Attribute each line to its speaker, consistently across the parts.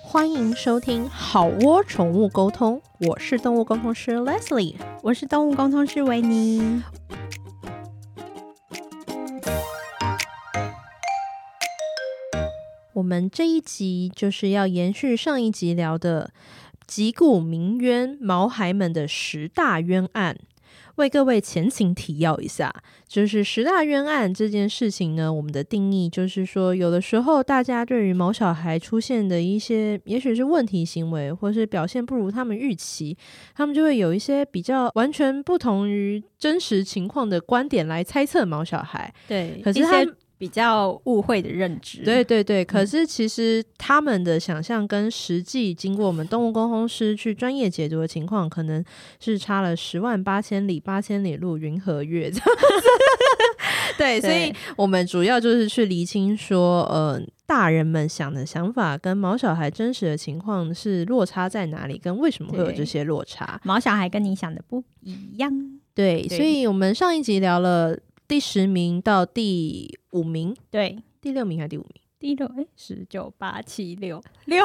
Speaker 1: 欢迎收听好窝宠物沟通，我是动物沟通师 Leslie。
Speaker 2: 我是动物沟通师维尼。
Speaker 1: 我们这一集就是要延续上一集聊的击鼓鸣冤毛孩们的十大冤案。为各位前情提要一下，就是十大冤案这件事情呢，我们的定义就是说，有的时候大家对于毛小孩出现的一些，也许是问题行为，或是表现不如他们预期，他们就会有一些比较完全不同于真实情况的观点来猜测毛小孩。
Speaker 2: 对，
Speaker 1: 可是
Speaker 2: 一
Speaker 1: 他
Speaker 2: 些比较误会的认知。
Speaker 1: 对，对对，可是其实他们的想象跟实际经过我们动物沟通师去专业解读的情况，可能是差了十万八千里、八千里路云和月这样子。 对，所以
Speaker 2: 对
Speaker 1: 我们主要就是去厘清说，呃，大人们想的想法跟毛小孩真实的情况是落差在哪里，跟为什么会有这
Speaker 2: 对
Speaker 1: 些落差。
Speaker 2: 毛小孩跟你想的不一样。
Speaker 1: 对，
Speaker 2: 对
Speaker 1: 所以我们上一集聊了第十名到第五名，
Speaker 2: 对，
Speaker 1: 第六名还是第五名？
Speaker 2: 第六哎，十九八七六 六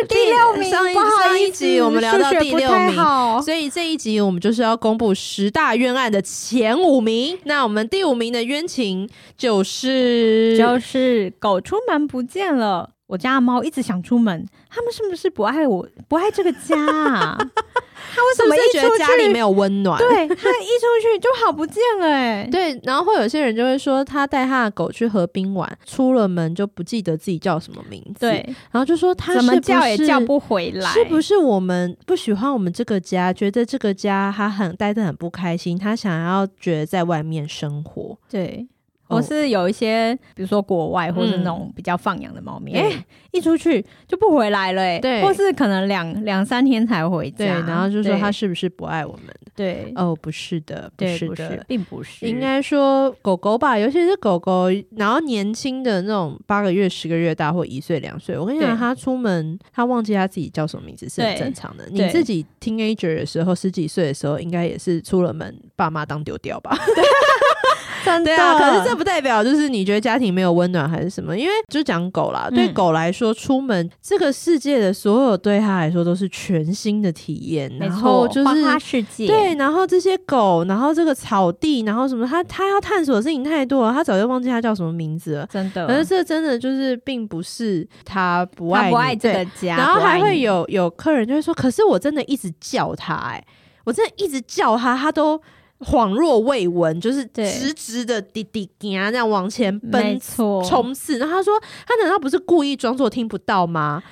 Speaker 1: 是
Speaker 2: 第六名，
Speaker 1: 上一
Speaker 2: 不好
Speaker 1: 上
Speaker 2: 意
Speaker 1: 一
Speaker 2: 思，
Speaker 1: 集我们聊到
Speaker 2: 数学
Speaker 1: 第
Speaker 2: 不
Speaker 1: 六
Speaker 2: 太
Speaker 1: 名
Speaker 2: 好
Speaker 1: 所以这一集我们就是要公布十大冤案的前五名。那我们第五名的冤情就是，
Speaker 2: 就是狗出门不见了。我家的猫一直想出门，它们是不是不爱我，不爱这个家 啊？它为
Speaker 1: 是
Speaker 2: 什
Speaker 1: 不
Speaker 2: 么一
Speaker 1: 是觉
Speaker 2: 出
Speaker 1: 得
Speaker 2: 去，
Speaker 1: 家里没有温暖？
Speaker 2: 对它一出去就好不见了、哎，
Speaker 1: 对，然后会有些人就会说，他带他的狗去河滨玩，出了门就不记得自己叫什么名字，，
Speaker 2: 对，
Speaker 1: 然后就说他是
Speaker 2: 怎
Speaker 1: 不
Speaker 2: 么
Speaker 1: 是
Speaker 2: 叫也叫不回来，
Speaker 1: 是不是我们不喜欢我们这个家，觉得这个家他很待得很不开心，他想要觉得在外面生活？
Speaker 2: 对，
Speaker 1: 哦
Speaker 2: 我是有一些，比如说国外或是
Speaker 1: 嗯
Speaker 2: 那种比较放养的猫咪，
Speaker 1: 对
Speaker 2: 哎、一出去就不回来了、哎，
Speaker 1: 对
Speaker 2: 或是可能两两三天才回家，
Speaker 1: 对，然后就说
Speaker 2: 对
Speaker 1: 他是不是不爱我们？
Speaker 2: 对
Speaker 1: 哦，不是的，不
Speaker 2: 对
Speaker 1: 是
Speaker 2: 不
Speaker 1: 的
Speaker 2: 是，，并不是，
Speaker 1: 应该说狗狗吧，尤其是狗狗，然后年轻的那种八个月、十个月大或一岁、两岁，我跟你讲，
Speaker 2: 对
Speaker 1: 它出门它忘记它自己叫什么名字是很
Speaker 2: 对
Speaker 1: 正常的。你
Speaker 2: 对
Speaker 1: 自己 teenager 的时候，十几岁的时候，应该也是出了门，爸妈当丢掉吧？
Speaker 2: 真的，
Speaker 1: 对啊，可是这不代表就是你觉得家庭没有温暖还是什么，因为就讲狗啦，对
Speaker 2: 嗯
Speaker 1: 狗来说，出门这个世界的所有对它来说都是全新的体验，
Speaker 2: 没
Speaker 1: 然
Speaker 2: 错
Speaker 1: 后就是
Speaker 2: 花花世界，
Speaker 1: 对，然后这些狗，然后这个草地，然后什么，它它要探索的事情太多了，它早就忘记它叫什么名字了。
Speaker 2: 真的，
Speaker 1: 可是这真的就是并不是它不爱
Speaker 2: 他不
Speaker 1: 你
Speaker 2: 爱这
Speaker 1: 对
Speaker 2: 个家，
Speaker 1: 然后
Speaker 2: 不爱
Speaker 1: 还会
Speaker 2: 你
Speaker 1: 有有客人就会说，可是我真的一直叫它、哎，我真的一直叫它，它都。恍若未闻，就是
Speaker 2: 对
Speaker 1: 直直的滴滴滴啊，这样往前奔
Speaker 2: 没错，
Speaker 1: 冲刺。然后他说，他难道不是故意装作听不到吗？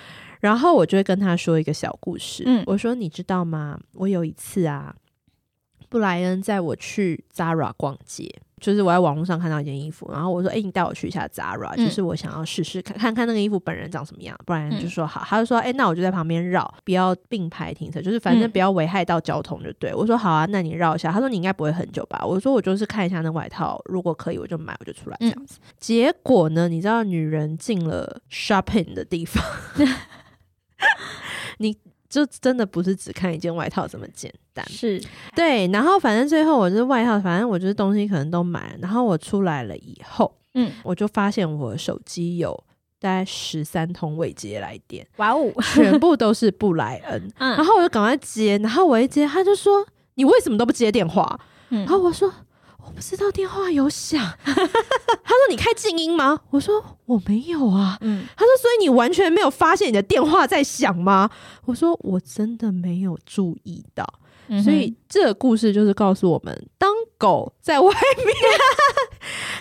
Speaker 1: 然后我就会跟他说一个小故事。
Speaker 2: 嗯
Speaker 1: 我说你知道吗？我有一次啊，布莱恩载我去 Zara 逛街。就是我在网络上看到一件衣服，然后我说：“哎、你带我去一下 Zara，、
Speaker 2: 嗯
Speaker 1: 就是我想要试试看看看那个衣服本人长什么样。”布莱恩就
Speaker 2: 嗯
Speaker 1: 说：“好。”他就说：“哎、那我就在旁边绕，不要并排停车，就是反正
Speaker 2: 嗯
Speaker 1: 不要危害到交通就对。我说：“好啊，那你绕一下。”他说：“你应该不会很久吧？”我说：“我就是看一下那外套，如果可以我就买，我就出来这样。
Speaker 2: 嗯，
Speaker 1: 结果呢，你知道女人进了 shopping 的地方， 你就真的不是只看一件外套这么简单。
Speaker 2: 是
Speaker 1: 对，然后反正最后我就是外套，反正我就是东西可能都买了，然后我出来了以后，
Speaker 2: 嗯，
Speaker 1: 我就发现我的手机有。大概十三通未接来电，
Speaker 2: 哇哦，。
Speaker 1: 全部都是布莱恩然
Speaker 2: 嗯
Speaker 1: 后我就赶快接，然后我一接，他就说：“你为什么都不接电话？”
Speaker 2: 嗯
Speaker 1: 然后我说我不知道电话有响， 他说你开静音吗？我说我没有啊。
Speaker 2: 嗯，
Speaker 1: 他说所以你完全没有发现你的电话在响吗？我说我真的没有注意到。
Speaker 2: 嗯
Speaker 1: 所以这个故事就是告诉我们，当狗在外面，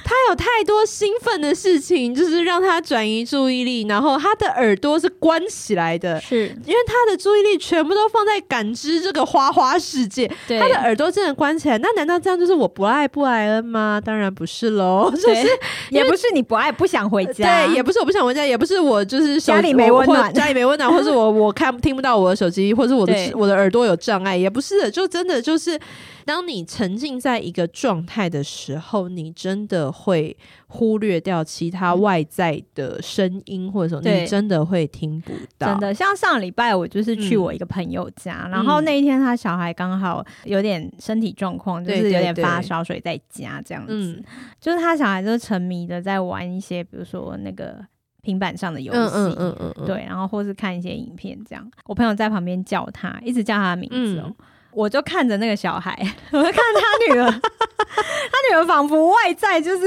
Speaker 1: 它有太多兴奋的事情，就是让它转移注意力，然后它的耳朵是关起来
Speaker 2: 哼
Speaker 1: 的。
Speaker 2: 是
Speaker 1: 因为它的注意力全部都放在感知这个花花世界，
Speaker 2: 对
Speaker 1: 他的耳朵真的关起来，那难道这样就是我不爱布莱恩吗？当然不是喽， 就是呃
Speaker 2: 对也不是你不爱不想回家，
Speaker 1: 对，也不是我不想回家，也不是我就是手
Speaker 2: 家里没温暖
Speaker 1: 我或家里没温 暖，或是我我看听不到我的手机，或是我的
Speaker 2: 对
Speaker 1: 我的耳朵有障碍，也不是的，就真的就是当你沉浸在一个状态的时候，你真的会忽略掉其他外在的声音或者什么，
Speaker 2: 对
Speaker 1: 你真的会听不到，
Speaker 2: 真的，像上礼拜我就是去
Speaker 1: 嗯
Speaker 2: 我一个朋友家，然后那一天他小孩刚好有点身体状况，就
Speaker 1: 对
Speaker 2: 是有
Speaker 1: 对
Speaker 2: 点发
Speaker 1: 对
Speaker 2: 烧，所以在家这样子。
Speaker 1: 嗯
Speaker 2: 就是他小孩就沉迷的在玩一些，比如说那个平板上的游戏。
Speaker 1: 嗯嗯嗯嗯嗯，
Speaker 2: 对，然后或是看一些影片这样。我朋友在旁边叫他，一直叫他的名字
Speaker 1: 嗯
Speaker 2: 哦。我就看着那个小孩， 我就看他女儿， 他女儿仿佛外在就是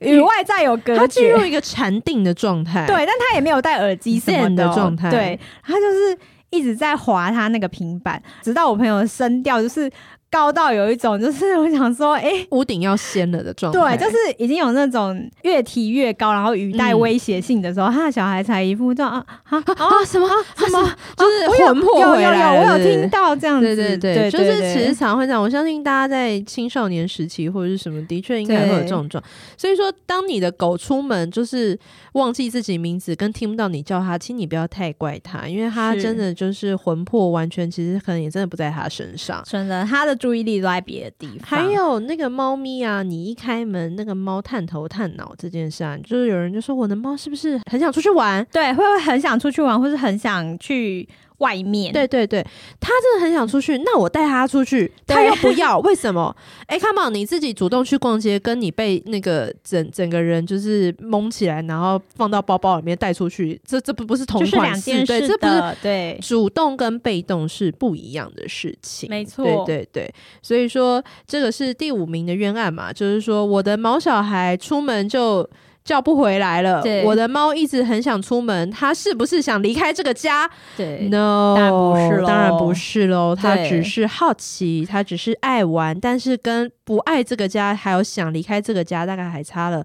Speaker 2: 与外在有隔
Speaker 1: 他进
Speaker 2: 绝，
Speaker 1: 入一个禅定的状态。
Speaker 2: 对，但他也没有戴耳机什么哦
Speaker 1: 线的状态
Speaker 2: 对他就是一直在划他那个平板，直到我朋友的声调就是高到有一种就是 我想说，哎、
Speaker 1: 屋顶要掀了的状态。
Speaker 2: 对，就是已经有那种越提越高，然后语带
Speaker 1: 嗯
Speaker 2: 威胁性的时候，他的小孩才一副这样啊啊
Speaker 1: 啊什么
Speaker 2: 什么，
Speaker 1: 就是
Speaker 2: 啊我有
Speaker 1: 魂魄
Speaker 2: 有
Speaker 1: 回
Speaker 2: 有有，
Speaker 1: 来
Speaker 2: 我
Speaker 1: 了
Speaker 2: 有听。到这样子，
Speaker 1: 对对
Speaker 2: 对
Speaker 1: 对，
Speaker 2: 对，
Speaker 1: 就是其实
Speaker 2: 对
Speaker 1: 常会这样。我相信大家在青少年时期或者是什么，的确应该会有这种状。所以说，当你的狗出门就是忘记自己名字，跟听不到你叫它，请你不要太怪它，因为它
Speaker 2: 是
Speaker 1: 真的就是魂魄完全，其实可能也真的不在它身上。
Speaker 2: 真的，他的注意力都在别的地方，
Speaker 1: 还有那个猫咪啊，你一开门，那个猫探头探脑这件事啊，就是有人就说我的猫是不是很想出去玩？
Speaker 2: 对，会不会很想出去玩，或是很想去外面？
Speaker 1: 对对对，它真的很想出去，那我带它出去，它
Speaker 2: 对
Speaker 1: 又不要，为什么？ 哎、c o m e on，你自己主动去逛街，跟你被那个整整个人就是蒙起来，然后放到包包里面带出去，这这不不是同
Speaker 2: 就是
Speaker 1: 款
Speaker 2: 两
Speaker 1: 事，
Speaker 2: 件
Speaker 1: 对，
Speaker 2: 事
Speaker 1: 这不是
Speaker 2: 的，对，
Speaker 1: 主动跟被动是不一样的事情，
Speaker 2: 没错
Speaker 1: 对对对，所以说这个是第五名的冤案嘛，就是说我的毛小孩出门就叫不回来了
Speaker 2: 对，
Speaker 1: 我的猫一直很想出门，它是不是想离开这个家
Speaker 2: 对
Speaker 1: ？No，
Speaker 2: 当然不是咯
Speaker 1: 当然不是喽，它
Speaker 2: 对
Speaker 1: 只是好奇，它只是爱玩，但是跟不爱这个家，还有想离开这个家，大概还差了。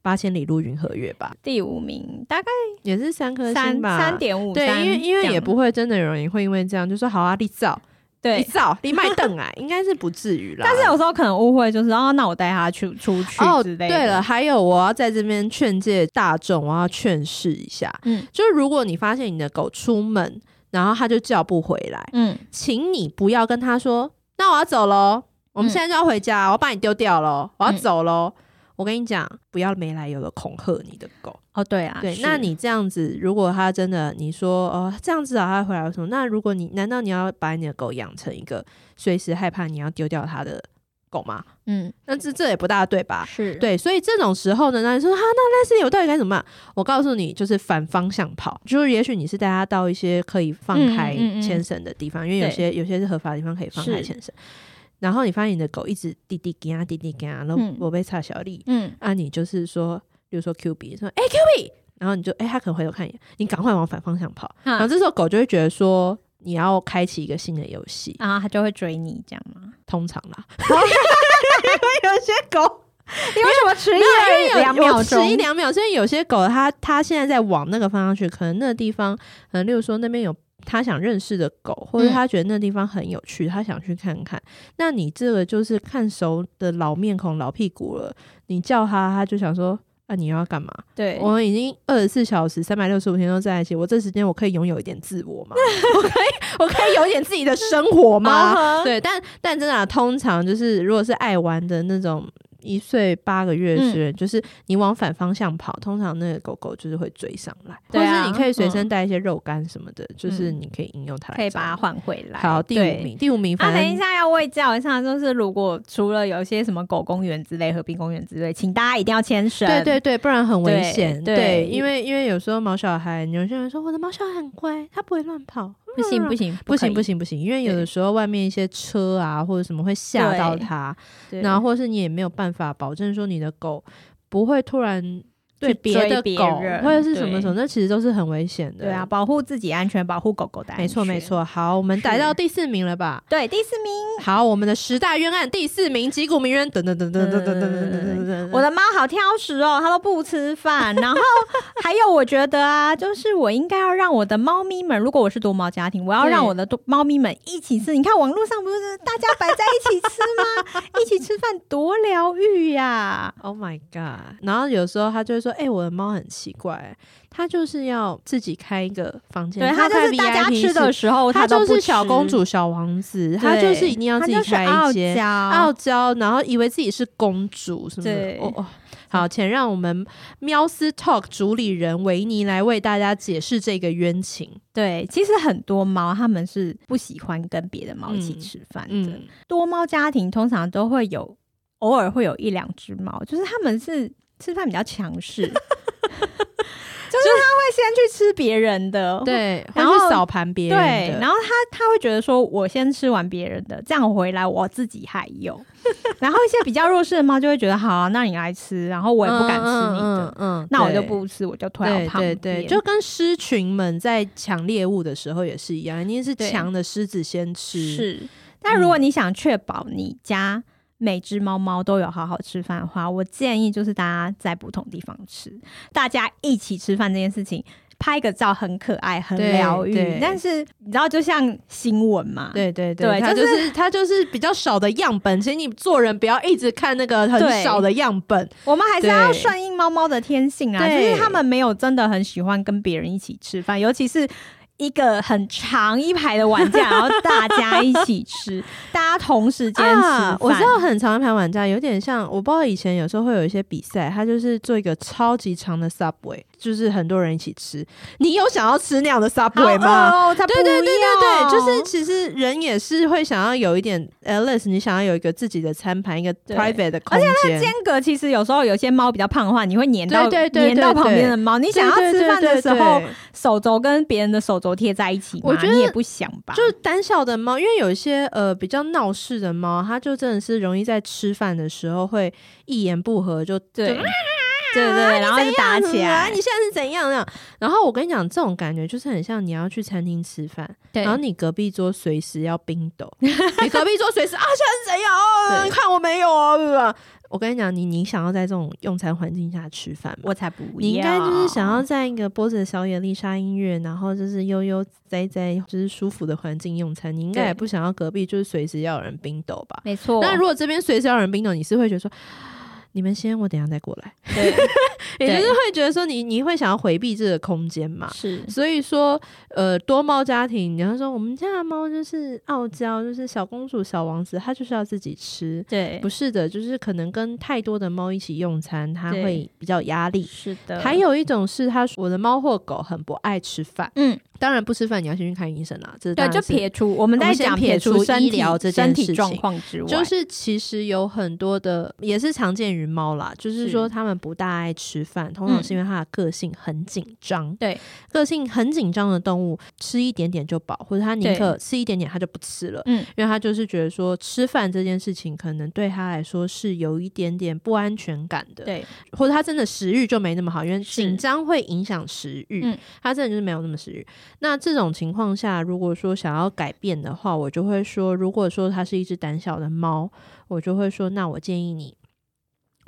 Speaker 1: 八千里路云和月吧，
Speaker 2: 第五名大概
Speaker 1: 也是三颗
Speaker 2: 三
Speaker 1: 星吧，
Speaker 2: 三点五，
Speaker 1: 对，
Speaker 2: 三
Speaker 1: 因为因为
Speaker 2: 这
Speaker 1: 也
Speaker 2: 样
Speaker 1: 不会真的有人会因为这样就说好啊，你造你
Speaker 2: 对。
Speaker 1: 造 你卖凳啊，应该是不至于啦。
Speaker 2: 但是有时候可能误会就是哦，那我带他去出去
Speaker 1: 哦，
Speaker 2: 之类的。
Speaker 1: 对了，，还有我要在这边劝诫大众，我要劝示一下，
Speaker 2: 嗯
Speaker 1: 就是如果你发现你的狗出门，然后它就叫不回来，
Speaker 2: 嗯，
Speaker 1: 请你不要跟它说，那我要走喽，我们
Speaker 2: 嗯
Speaker 1: 现在就要回家，我要把你丢掉喽，我要
Speaker 2: 嗯
Speaker 1: 走喽。我跟你讲，不要没来由的恐吓你的狗。
Speaker 2: 哦对啊，
Speaker 1: 对，
Speaker 2: 是
Speaker 1: 那你这样子，如果他真的你说哦这样子啊，他回来有什么？那如果你难道你要把你的狗养成一个随时害怕你要丢掉它的狗吗？
Speaker 2: 嗯
Speaker 1: 那这这也不大对吧？
Speaker 2: 是
Speaker 1: 啊对，所以这种时候呢，那你说哈，那 Leslie 我到底该怎么办？我告诉你，就是反方向跑，就是也许你是带它到一些可以放开
Speaker 2: 嗯嗯嗯嗯
Speaker 1: 牵绳的地方，因为有
Speaker 2: 对
Speaker 1: 些有些是合法的地方可以放开
Speaker 2: 是
Speaker 1: 牵绳。然后你发现你的狗一直滴滴给啊滴滴给啊，然后
Speaker 2: 嗯
Speaker 1: 我被差小力，
Speaker 2: 嗯
Speaker 1: 啊，你就是说，比如说 Q B 说，哎、Q B，然后你就哎、他可能回头看一眼，你赶快往反方向跑，然后
Speaker 2: 啊，
Speaker 1: 这时候狗就会觉得说。你要开启一个新的游戏，
Speaker 2: 然后他就会追你这样吗？
Speaker 1: 通常啦，因为 有些狗，
Speaker 2: 你为什么迟疑
Speaker 1: 因为
Speaker 2: 了
Speaker 1: 有
Speaker 2: 两秒
Speaker 1: 我
Speaker 2: 钟？
Speaker 1: 迟一两秒，所以有些狗它它现在在往那个方向去，可能那个地方，嗯，例如说那边有它想认识的狗，或者
Speaker 2: 嗯
Speaker 1: 它觉得那地方很有趣，它想去看看。那你这个就是看熟的老面孔、老屁股了，你叫它，它就想说，啊，你又要干嘛？
Speaker 2: 对，
Speaker 1: 我们已经二十四小时、三百六十五天都在一起，我这时间我可以拥有一点自 我吗？我可以，我可以有一点自己的生活吗？
Speaker 2: 啊 哈
Speaker 1: 对，但但真的啊、通常就是如果是爱玩的那种一岁八个月的
Speaker 2: 嗯
Speaker 1: 人，就是你往反方向跑，通常那个狗狗就是会追上来，
Speaker 2: 对啊嗯
Speaker 1: 或是你可以随身带一些肉干什么的，就是你可以引诱它来
Speaker 2: 可以
Speaker 1: 找
Speaker 2: 把它
Speaker 1: 你。
Speaker 2: 换回来。
Speaker 1: 好，第
Speaker 2: 对
Speaker 1: 五。名，第五名，
Speaker 2: 啊，
Speaker 1: 反
Speaker 2: 等一
Speaker 1: 正
Speaker 2: 下要喂教一下，就是如果除了有一些什么狗公园之类、和平公园之类，请大家一定要牵绳。
Speaker 1: 对对对，不然很危
Speaker 2: 对
Speaker 1: 险。
Speaker 2: 对
Speaker 1: 对，因为因为有时候毛小孩，有些人说我的毛小孩很乖，它不会乱跑，
Speaker 2: 不行不行
Speaker 1: 不行不
Speaker 2: 行，
Speaker 1: 行不行，因为有
Speaker 2: 对
Speaker 1: 的时候外面一些车啊或者什么会吓到它，
Speaker 2: 对
Speaker 1: 然后或是你也没有办法保证说你的狗不会突然对
Speaker 2: 追
Speaker 1: 别的
Speaker 2: 别
Speaker 1: 狗
Speaker 2: 人
Speaker 1: 或者是什么
Speaker 2: 对
Speaker 1: 什么，那其实都是很危险的。
Speaker 2: 对啊，，保护自己安全，保护狗狗的安全。
Speaker 1: 没错没。错。好，我们
Speaker 2: 是
Speaker 1: 来到第四名了吧？
Speaker 2: 对，第四名，
Speaker 1: 好，我们的十大冤案第四名，击鼓鸣冤，等等等等等等等等等等等。
Speaker 2: 我的猫好挑食哦，它都不吃 饭。然后还有，我觉得啊，就是我应该要让我的猫咪们，如果我是多猫家庭，我要
Speaker 1: 对
Speaker 2: 让我的多猫咪们一起 吃。你看网络上不是大家摆在一起吃 吗？一起吃饭多疗愈呀！
Speaker 1: Oh my god！然后有时候他就会说：“哎、我的猫很奇怪，它就是要自己开一个房间，
Speaker 2: 对，它就
Speaker 1: 开
Speaker 2: 是大家
Speaker 1: VIP
Speaker 2: 吃
Speaker 1: 室
Speaker 2: 的时候，
Speaker 1: 他
Speaker 2: 它都
Speaker 1: 就
Speaker 2: 不
Speaker 1: 是小
Speaker 2: 吃
Speaker 1: 公，主、小王子，他
Speaker 2: 对
Speaker 1: 就是一定要
Speaker 2: 它
Speaker 1: 自己
Speaker 2: 就是
Speaker 1: 开
Speaker 2: 傲
Speaker 1: 一间傲
Speaker 2: 娇。
Speaker 1: 娇，然后以为自己是公主什么的
Speaker 2: 啊对。
Speaker 1: 哦哦，好，请让我们喵斯 Talk 主理人维尼来为大家解释这个冤情。
Speaker 2: 对，其实很多猫它们是不喜欢跟别的猫一起
Speaker 1: 嗯
Speaker 2: 吃饭的。
Speaker 1: 嗯，
Speaker 2: 多猫家庭通常都会有，偶尔会有一两只猫，就是它们是吃饭比较强势， 就是他会先去吃别人的，
Speaker 1: 嗯对，
Speaker 2: 然
Speaker 1: 然
Speaker 2: 后
Speaker 1: 后扫盘别人
Speaker 2: 对，
Speaker 1: 的，
Speaker 2: 然后他他会觉得说，我先吃完别人的，这样回来我自己还 有。然后一些比较弱势的猫就会觉得，好、啊，那你来吃，然后我也不敢吃你的，
Speaker 1: 嗯，嗯嗯嗯
Speaker 2: 那我就
Speaker 1: 对
Speaker 2: 不吃，我就推到
Speaker 1: 对
Speaker 2: 旁
Speaker 1: 对
Speaker 2: 边。
Speaker 1: 对，就跟狮群们在抢猎物的时候也是一样，一定是
Speaker 2: 对
Speaker 1: 强的狮子先吃。，
Speaker 2: 是。但如
Speaker 1: 嗯
Speaker 2: 果你想确保你家每只猫猫都有好好吃饭的话，我建议就是大家在不同地方吃，大家一起吃饭这件事情。拍个照很可爱，很
Speaker 1: 对
Speaker 2: 疗
Speaker 1: 对
Speaker 2: 愈，但是你知道，就像新闻嘛，
Speaker 1: 对对
Speaker 2: 啊对
Speaker 1: 它就
Speaker 2: 就是
Speaker 1: 它就是比较少的样本，请你做人不要一直看那个很
Speaker 2: 对
Speaker 1: 少的样本。
Speaker 2: 我们还是要
Speaker 1: 对
Speaker 2: 顺应猫猫的天性啊，就
Speaker 1: 对
Speaker 2: 是它们没有真的很喜欢跟别人一起吃饭，尤其是一个很长一排的玩架，然后大家一起吃， 大家同时间吃饭、
Speaker 1: 啊，我知道很长一盘玩家有点像，我不知道以前有时候会有一些比赛，它就是做一个超级长的 subway，就是很多人一起吃。你有想要吃那样的
Speaker 2: 好
Speaker 1: subway 吗？
Speaker 2: 饿哦，才
Speaker 1: 对对对对对，
Speaker 2: 不
Speaker 1: 就
Speaker 2: 要
Speaker 1: 是其实人也是会想要有一点 a l i c e 你想要有一个自己的餐盘，一个
Speaker 2: 对
Speaker 1: private 的空间。
Speaker 2: 间隔其实有时候有些猫比较胖的话，你会粘到
Speaker 1: 对对对对
Speaker 2: 粘到旁边
Speaker 1: 对
Speaker 2: 的猫。你
Speaker 1: 你
Speaker 2: 想要吃饭的时候，
Speaker 1: 对
Speaker 2: 手肘跟别人的手肘贴在一起吗，
Speaker 1: 我觉得
Speaker 2: 你也不想吧？
Speaker 1: 就是胆小的猫，因为有一些呃比较闹事的猫，它就真的是容易在吃饭的时候会一言不合就
Speaker 2: 对
Speaker 1: 就
Speaker 2: 对对对，然后就打起
Speaker 1: 啊
Speaker 2: 来
Speaker 1: 你。现在是怎样呢？然后我跟你讲，这种感觉就是很像你要去餐厅吃饭，
Speaker 2: 对
Speaker 1: 然后你隔壁桌随时要冰斗，你隔壁桌随时啊现在是 怎样啊？
Speaker 2: 对
Speaker 1: 你看我没有啊？对吧我跟你讲，你你想要在这种用餐环境下吃饭吗？
Speaker 2: 我才不要！
Speaker 1: 你应该就是想要在一个播着小野丽莎音乐，然后就是悠悠哉哉，就是舒服的环境用餐。你应该也
Speaker 2: 对哦
Speaker 1: 不想要隔壁就是随时要有人冰斗吧？
Speaker 2: 没错。
Speaker 1: 那如果这边随时要有人冰斗，你是会觉得说， 你们先，我等一下再过来，
Speaker 2: 对
Speaker 1: 也
Speaker 2: 对
Speaker 1: 就是会觉得说你你会想要回避这个空间嘛？
Speaker 2: 是
Speaker 1: 所以说，呃，多猫家庭，你要说我们家的猫就是傲娇，就是小公主、小王子，它就是要自己吃。
Speaker 2: 对，
Speaker 1: 不是的，就是可能跟太多的猫一起用餐，它
Speaker 2: 对呃
Speaker 1: 会比较有压力。
Speaker 2: 是的，
Speaker 1: 还有一种是他说我的猫或狗很不爱吃饭，
Speaker 2: 嗯，
Speaker 1: 当然不吃饭你要先去看医生啦，啊这
Speaker 2: 对，
Speaker 1: 当然
Speaker 2: 就是撇除我们
Speaker 1: 我
Speaker 2: 在
Speaker 1: 们先
Speaker 2: 讲
Speaker 1: 撇除
Speaker 2: 除身
Speaker 1: 医
Speaker 2: 体
Speaker 1: 疗这件
Speaker 2: 身体
Speaker 1: 事
Speaker 2: 状
Speaker 1: 情
Speaker 2: 况之外，
Speaker 1: 就是其实有很多的也是常见于猫啦，就是
Speaker 2: 是嗯
Speaker 1: 说它们不大爱吃饭，通常是因为它的个性很紧张，
Speaker 2: 对，
Speaker 1: 个性很紧张的动物吃一点点就饱，或者它宁可吃一点点它就不吃了，
Speaker 2: 嗯
Speaker 1: 因为它就是觉得说吃饭这件事情可能对它来说是有一点点不安全感的，
Speaker 2: 对
Speaker 1: 或者他真的食欲就没那么好，因为
Speaker 2: 是
Speaker 1: 紧张会影响食欲，
Speaker 2: 嗯
Speaker 1: 他真的就是没有那么食欲。那这种情况下，如果说想要改变的话，我就会说，如果说它是一只胆小的猫，我就会说，那我建议你。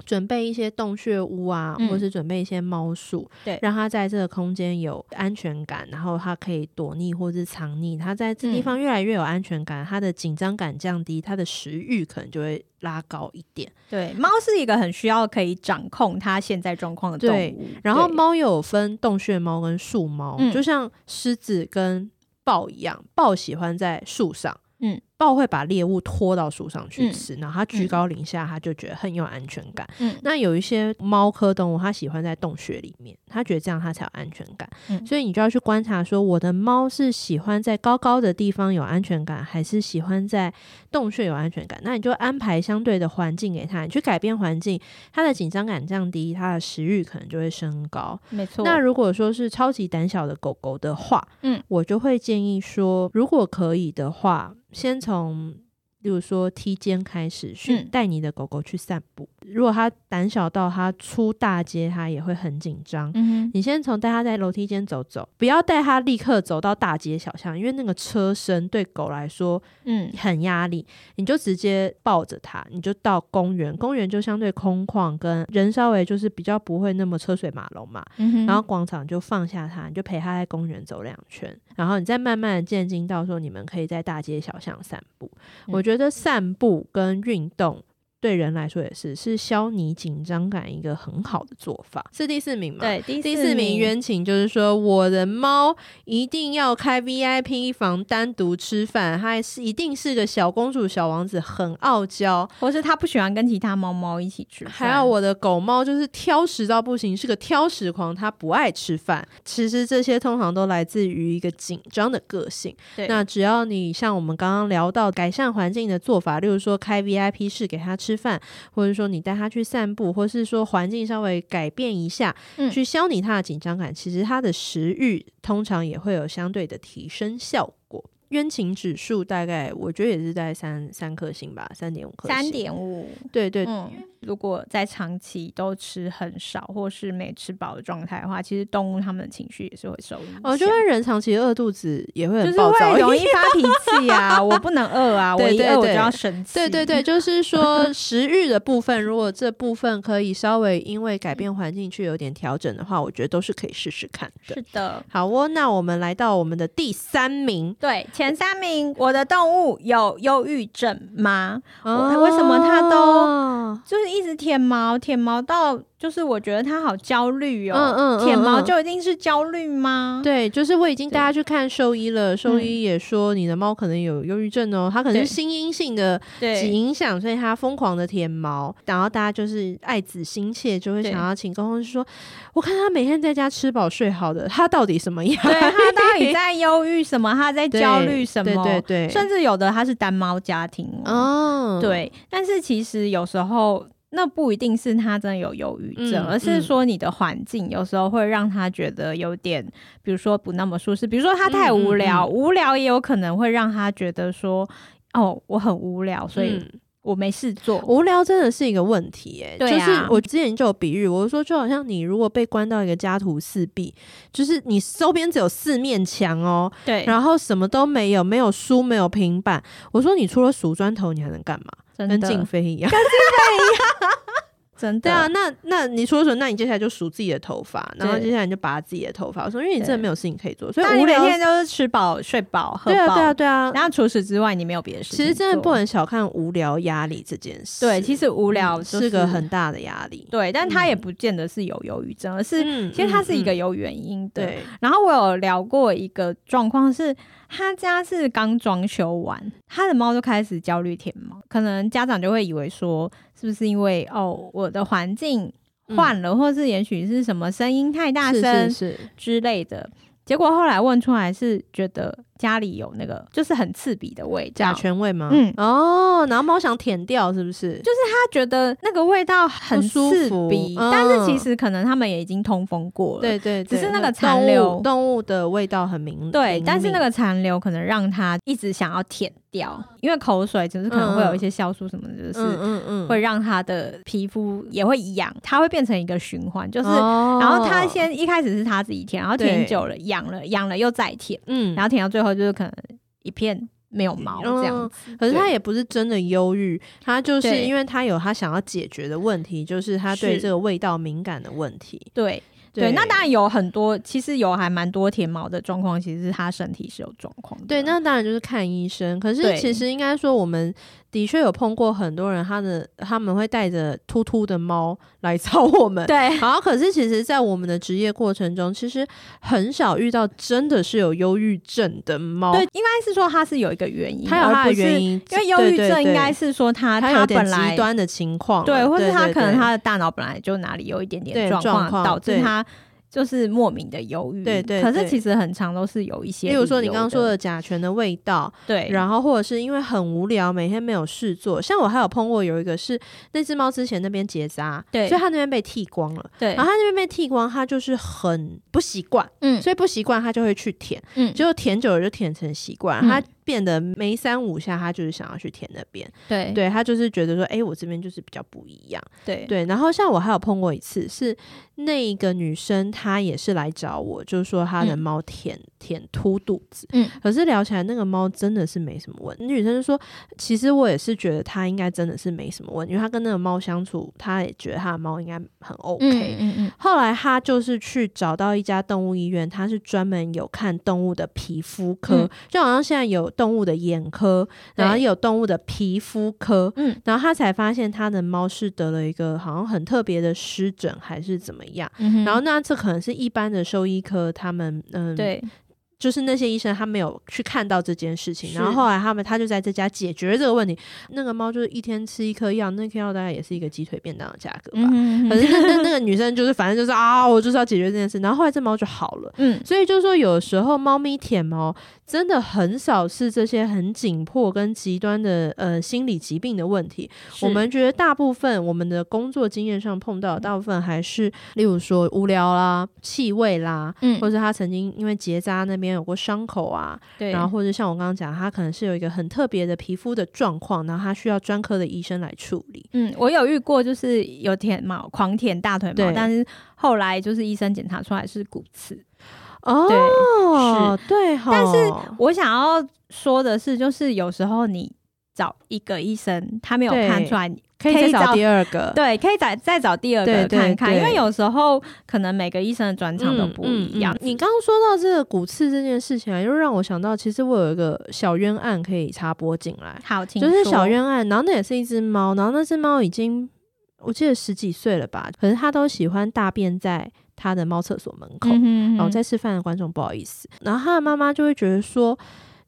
Speaker 1: 准备一些洞穴屋啊，
Speaker 2: 嗯
Speaker 1: 或是准备一些猫树，
Speaker 2: 对
Speaker 1: 让它在这个空间有安全感，然后它可以躲匿或是藏匿，它在这
Speaker 2: 嗯
Speaker 1: 地方越来越有安全感，它的紧张感降低，它的食欲可能就会拉高一点。
Speaker 2: 对，猫是一个很需要可以掌控它现在状况的动
Speaker 1: 对
Speaker 2: 物，
Speaker 1: 然后
Speaker 2: 对
Speaker 1: 猫又有分洞穴猫跟树猫，
Speaker 2: 嗯
Speaker 1: 就像狮子跟豹一样，豹喜欢在树上，
Speaker 2: 嗯，
Speaker 1: 豹会把猎物拖到树上去
Speaker 2: 嗯
Speaker 1: 吃，然后它居高临下，它就觉得很有安全感。
Speaker 2: 嗯
Speaker 1: 那有一些猫科动物，它喜欢在洞穴里面，它觉得这样它才有安全感，
Speaker 2: 嗯
Speaker 1: 所以你就要去观察说，我的猫是喜欢在高高的地方有安全感，还是喜欢在洞穴有安全感？那你就安排相对的环境给它，你去改变环境，它的紧张感降低，它的食欲可能就会升高。
Speaker 2: 没错，
Speaker 1: 那如果说是超级胆小的狗狗的话，
Speaker 2: 嗯，
Speaker 1: 我就会建议说，如果可以的话，先从。例如说踢间开始去
Speaker 2: 嗯
Speaker 1: 带你的狗狗去散步，如果它胆小到它出大街，它也会很紧张。
Speaker 2: 嗯哼
Speaker 1: 你先从带它在楼梯间走走，不要带它立刻走到大街小巷，因为那个车身对狗来说
Speaker 2: 嗯
Speaker 1: 很压力。你就直接抱着它，你就到公园，公园就相对空旷，跟人稍微就是比较不会那么车水马龙嘛。
Speaker 2: 嗯哼，
Speaker 1: 然后广场就放下它，你就陪它在公园走两圈，然后你再慢慢的渐进到说你们可以在大街小巷散步。
Speaker 2: 嗯
Speaker 1: 我觉得散步跟运动。对人来说也是，是消弭紧张感一个很好的做法，是第四名嘛？，
Speaker 2: 对第
Speaker 1: 第四名冤情就是说，我的猫一定要开 VIP 房单独吃饭，它还是一定是个小公主、小王子，很傲娇。
Speaker 2: 或是它不喜欢跟其他猫猫一起吃饭，
Speaker 1: 还有我的狗猫就是挑食到不行，是个挑食狂，它不爱吃饭。其实这些通常都来自于一个紧张的个性。
Speaker 2: 对
Speaker 1: 那只要你像我们刚刚聊到改善环境的做法，例如说开 VIP 室给它吃吃饭，或者说你带他去散步，或是说环境稍微改变一下，
Speaker 2: 嗯
Speaker 1: 去消弭他的紧张感，其实他的食欲通常也会有相对的提升效果。冤情指数大概我觉得也是在三三颗星吧，三点五颗星。
Speaker 2: 三点五。
Speaker 1: 对对
Speaker 2: 嗯，如果在长期都吃很少或是没吃饱的状态的话，其实动物它们的情绪也是会受影响。
Speaker 1: 哦，就跟人长期饿肚子也会
Speaker 2: 就
Speaker 1: 很
Speaker 2: 是
Speaker 1: 暴躁
Speaker 2: 会
Speaker 1: 一
Speaker 2: 容
Speaker 1: 样，
Speaker 2: 易发脾气啊，我不能饿啊，我
Speaker 1: 对
Speaker 2: 一
Speaker 1: 对
Speaker 2: 饿我就
Speaker 1: 对
Speaker 2: 要生气。
Speaker 1: 对对对， 就是说食欲的部分，如果这部分可以稍微因为改变环境去有点调整的话，我觉得都是可以试试看的
Speaker 2: 是。的，
Speaker 1: 好哦，那我们来到我们的第三名，
Speaker 2: 对前三名，我的动物有忧郁症吗？
Speaker 1: 哎
Speaker 2: 我为什么它都
Speaker 1: 哦
Speaker 2: 就是一直舔毛，舔毛到就是我觉得它好焦虑哦。
Speaker 1: 嗯嗯嗯
Speaker 2: 舔毛
Speaker 1: 嗯
Speaker 2: 就一定是焦虑吗？
Speaker 1: 对，就是我已经
Speaker 2: 对嗯
Speaker 1: 带它去看兽医了，兽医也说你的猫可能有忧郁症哦，它可能
Speaker 2: 对
Speaker 1: 是心因性的
Speaker 2: 对
Speaker 1: 起影响，所以它疯狂的舔毛，然后大家就是爱子心切，就会
Speaker 2: 对
Speaker 1: 想要请公公说，我看它每天在家吃饱睡好的，它到底什么 样？
Speaker 2: 对，他到底在忧郁什么？他在
Speaker 1: 对
Speaker 2: 焦虑什么？
Speaker 1: 对对对，
Speaker 2: 甚至有的他是单猫家庭哦。
Speaker 1: 哦，，
Speaker 2: 对，但是其实有时候那不一定是他真的有忧郁症，
Speaker 1: 嗯
Speaker 2: 而是说你的环境有时候会让他觉得有点，比如说不那么舒适，比如说他太无聊，
Speaker 1: 嗯嗯
Speaker 2: 无聊也有可能会让他觉得说。哦，我很无聊，所以
Speaker 1: 嗯
Speaker 2: 我没事做。
Speaker 1: 无聊真的是一个问题、欸，
Speaker 2: 对
Speaker 1: 就
Speaker 2: 啊
Speaker 1: 是我之前就有比喻，我说就好像你如果被关到一个家徒四壁，就是你周边只有四面墙哦、
Speaker 2: 对，
Speaker 1: 然后什么都没有，没有书，没有平板，我说你除了数砖头，你还能干嘛？
Speaker 2: 真
Speaker 1: 跟
Speaker 2: 的
Speaker 1: 静飞一样，
Speaker 2: 真的
Speaker 1: 对啊，，那那你除了数，那你接下来就数自己的头发，然后
Speaker 2: 嗯对
Speaker 1: 接下来你就拔自己的头发，我说因为你真的没有事情可以做，所以
Speaker 2: 那你
Speaker 1: 无
Speaker 2: 每
Speaker 1: 聊。
Speaker 2: 天都是吃饱、睡饱、喝
Speaker 1: 对啊，
Speaker 2: 饱
Speaker 1: 对啊，对啊，
Speaker 2: 然后除此之外，你没有别的事
Speaker 1: 其
Speaker 2: 情做。
Speaker 1: 实真的不能小看无聊压力这件事。
Speaker 2: 对，其实无
Speaker 1: 无
Speaker 2: 聊、
Speaker 1: 是嗯个很大的压力。
Speaker 2: 对，但他也不见得是有忧郁症，而是、
Speaker 1: 嗯
Speaker 2: 其实他是一个
Speaker 1: 嗯嗯
Speaker 2: 有原因的。
Speaker 1: 对，
Speaker 2: 然后我有聊过一个状况是，他家是刚装修完，他的猫就开始焦虑舔毛，可能家长就会以为说，是不是因为哦我的环境换了，或是也许是什么声音太大
Speaker 1: 嗯是
Speaker 2: 声
Speaker 1: 是是
Speaker 2: 之类的。结果后来问出来是觉得家里有那个就是很刺鼻的味
Speaker 1: 甲
Speaker 2: 道，
Speaker 1: 醛味吗？
Speaker 2: 嗯
Speaker 1: 哦，然后猫想舔掉，是不是？就
Speaker 2: 他觉得那个味道很
Speaker 1: 不舒
Speaker 2: 刺
Speaker 1: 服
Speaker 2: 鼻，
Speaker 1: 嗯
Speaker 2: 但是其实可能他们也已经通风过了，
Speaker 1: 对对，
Speaker 2: 只
Speaker 1: 对
Speaker 2: 是那个残
Speaker 1: 动
Speaker 2: 留
Speaker 1: 物动物的味道很明
Speaker 2: 对，但是那
Speaker 1: 明
Speaker 2: 个残留可能让他一直想要舔掉，因为口水只是可能会有一些酵素什么的，就
Speaker 1: 嗯
Speaker 2: 是
Speaker 1: 嗯嗯，
Speaker 2: 会让他的皮肤也会痒，它会变成一个循环，就是。
Speaker 1: 哦
Speaker 2: 然后他先一开始是他自己舔，然后舔
Speaker 1: 对
Speaker 2: 久了痒了，痒了又再舔，
Speaker 1: 嗯，
Speaker 2: 然后舔到最后就是可能一片没有毛这样
Speaker 1: 嗯
Speaker 2: 子。
Speaker 1: 可是他
Speaker 2: 对
Speaker 1: 也不是真的忧郁，他就是
Speaker 2: 对
Speaker 1: 因为他有他想要解决的问题，就是他对
Speaker 2: 是
Speaker 1: 这个味道敏感的问题。
Speaker 2: 对对，那当然有很多，其实有还蛮多舔毛的状况，其实是他身体是有状况的。
Speaker 1: 对，那当然就是看医生。可是
Speaker 2: 对
Speaker 1: 其实应该说，我们的确有碰过很多人，他的他们会带着秃秃的猫来找我们。
Speaker 2: 对
Speaker 1: 好，可是其实，在我们的职业过程中，其实很少遇到真的是有忧郁症的猫。
Speaker 2: 对，，应该是说它是有一个原因，
Speaker 1: 它有它
Speaker 2: 而
Speaker 1: 的
Speaker 2: 不是
Speaker 1: 原因，
Speaker 2: 因为忧郁
Speaker 1: 对
Speaker 2: 症应
Speaker 1: 对
Speaker 2: 该。
Speaker 1: 对
Speaker 2: 是说他
Speaker 1: 它有点
Speaker 2: 本来
Speaker 1: 极端的情况了，
Speaker 2: 对，或是他
Speaker 1: 对
Speaker 2: 可能
Speaker 1: 对
Speaker 2: 他的大脑本来就哪里有一点点
Speaker 1: 对
Speaker 2: 状
Speaker 1: 状况
Speaker 2: 导致
Speaker 1: 对
Speaker 2: 他就是莫名的忧郁。
Speaker 1: 对对
Speaker 2: 可是
Speaker 1: 对
Speaker 2: 其实很常都是有一些，
Speaker 1: 例如说你刚刚说，的甲醛的味道，
Speaker 2: 对，
Speaker 1: 然后或者是因为很无聊，每天没有事做。像我还有碰过有一个是那只猫之前那边结扎，
Speaker 2: 对
Speaker 1: 所以它那边被剃光了。
Speaker 2: 对
Speaker 1: 然后它那边被剃光，它就是很不习惯，
Speaker 2: 嗯
Speaker 1: 所以不习惯啊它就会去舔，
Speaker 2: 嗯，
Speaker 1: 结果舔久了就舔成习惯，
Speaker 2: 嗯
Speaker 1: 它变得没三五下，它就是想要去舔那边，
Speaker 2: 对
Speaker 1: 对它就是觉得说，哎，我这边就是比较不一样，
Speaker 2: 对
Speaker 1: 对。然后像我还有碰过一次，是那一个女生，她也是来找我，就是说她的
Speaker 2: 嗯
Speaker 1: 猫舔、舔秃肚子，
Speaker 2: 嗯
Speaker 1: 可是聊起来，那个猫真的是没什么问题。女生就说，其实我也是觉得它应该真的是没什么问题，因为她跟那个猫相处，她也觉得她的猫应该很 OK。
Speaker 2: 嗯嗯
Speaker 1: 后来她就是去找到一家动物医院，她是专门有看动物的皮肤科，
Speaker 2: 嗯
Speaker 1: 就好像现在有动物的眼科，
Speaker 2: 对
Speaker 1: 然后也有动物的皮肤科，
Speaker 2: 嗯
Speaker 1: 然后她才发现她的猫是得了一个好像很特别的湿疹还是怎么样。
Speaker 2: 嗯，
Speaker 1: 然后那这可能是一般的兽医科他们嗯
Speaker 2: 对
Speaker 1: 就是那些医生他没有去看到这件事情，
Speaker 2: 是
Speaker 1: 然后后来他们他就在这家解决了这个问题。那个猫就是一天吃一颗药，那颗药大概也是一个鸡腿便当的价格吧。
Speaker 2: 嗯
Speaker 1: 可是那那那个女生就是反正就是啊，我就是要解决这件事，然后后来这猫就好了。
Speaker 2: 嗯，
Speaker 1: 所以就是说，有时候猫咪舔毛真的很少是这些很紧迫跟极端的呃心理疾病的问题。我们觉得大部分我们的工作经验上碰到，大部分还是例如说无聊啦、气味啦，
Speaker 2: 嗯
Speaker 1: 或者是他曾经因为结扎那边有过伤口啊，
Speaker 2: 对，
Speaker 1: 然后或者像我刚刚讲，他可能是有一个很特别的皮肤的状况，然后他需要专科的医生来处理。
Speaker 2: 嗯，我有遇过，就是有舔毛，狂舔大腿毛
Speaker 1: 对，
Speaker 2: 但是后来就是医生检查出来是骨刺。
Speaker 1: 哦，对哈，
Speaker 2: 但是我想要说的是，就是有时候你找一个医生，他没有
Speaker 1: 对
Speaker 2: 看出来，你
Speaker 1: 可以
Speaker 2: 可
Speaker 1: 再
Speaker 2: 以
Speaker 1: 找
Speaker 2: 找
Speaker 1: 第二个。
Speaker 2: 对，可以再再找第二
Speaker 1: 对
Speaker 2: 个
Speaker 1: 对
Speaker 2: 看看，
Speaker 1: 对
Speaker 2: 因为有时候可能每个医生的专长都不一
Speaker 1: 嗯
Speaker 2: 样。
Speaker 1: 嗯嗯你刚刚说到这个骨刺这件事情啊，又让我想到，其实我有一个小冤案可以插播进来，
Speaker 2: 好，请
Speaker 1: 就是
Speaker 2: 说
Speaker 1: 小冤案。然后那也是一只猫，然后那只猫已经我记得十几岁了吧，可是它都喜欢大便在它的猫厕所门口。
Speaker 2: 嗯哼嗯
Speaker 1: 然后
Speaker 2: 哼
Speaker 1: 哦在吃饭的观众不好意思，然后它的妈妈就会觉得说。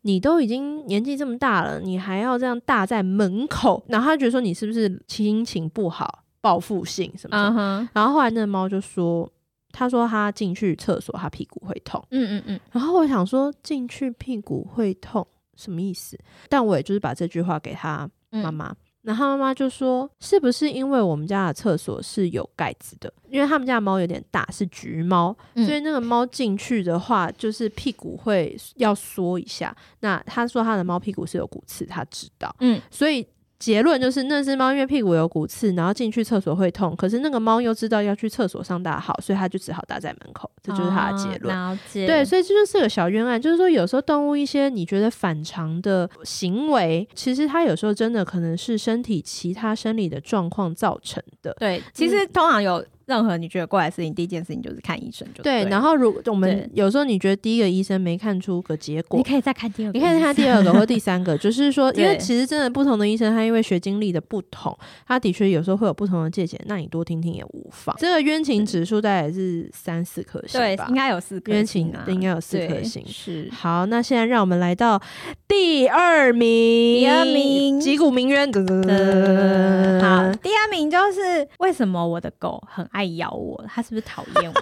Speaker 1: 你都已经年纪这么大了，你还要这样大在门口，然后他觉得说你是不是心情不好、报复性什么什么
Speaker 2: 嗯哼，
Speaker 1: 然后后来那猫就说，他说他进去厕所，他屁股会痛。
Speaker 2: 嗯嗯嗯，
Speaker 1: 然后我想说，进去屁股会痛什么意思？但我也就是把这句话给他
Speaker 2: 嗯
Speaker 1: 妈妈。然后他妈妈就说：“是不是因为我们家的厕所是有盖子的？因为他们家的猫有点大，是橘猫，
Speaker 2: 嗯
Speaker 1: 所以那个猫进去的话，就是屁股会要缩一下。那他说他的猫屁股是有骨刺，他知道。
Speaker 2: 嗯，
Speaker 1: 所以结论就是那只猫因为屁股有骨刺，然后进去厕所会痛，可是那个猫又知道要去厕所上大号，所以它就只好搭在门口，这就是它的结论。
Speaker 2: 哦了解，
Speaker 1: 对，所以这就是个小冤案，就是说有时候动物一些你觉得反常的行为，其实它有时候真的可能是身体其他生理的状况造成的。
Speaker 2: 对，其实
Speaker 1: 嗯
Speaker 2: 通常有任何你觉得怪的事情，第一件事情就是看医生就
Speaker 1: 对，
Speaker 2: 了
Speaker 1: 然后如我们
Speaker 2: 对
Speaker 1: 有时候你觉得第一个医生没看出个结果
Speaker 2: 你，可以再看第二个
Speaker 1: 你
Speaker 2: 医生，
Speaker 1: 看他第二个或第三个，就是说，因为
Speaker 2: 对
Speaker 1: 其实真的不同的医生，他因为学经历的不同，他的确有时候会有不同的见解。那你多听听也无妨。这个冤情指数大概也是三四颗星
Speaker 2: 对
Speaker 1: 吧，
Speaker 2: 应，该有四颗
Speaker 1: 冤
Speaker 2: 星
Speaker 1: 情
Speaker 2: 啊，
Speaker 1: 应该有四颗
Speaker 2: 对
Speaker 1: 星。
Speaker 2: 是
Speaker 1: 好，那现在让我们来到第二名，第
Speaker 2: 二名
Speaker 1: 击鼓鸣冤。
Speaker 2: 呃，好，第二名就是为什么我的狗很爱咬我？它是不是讨厌我？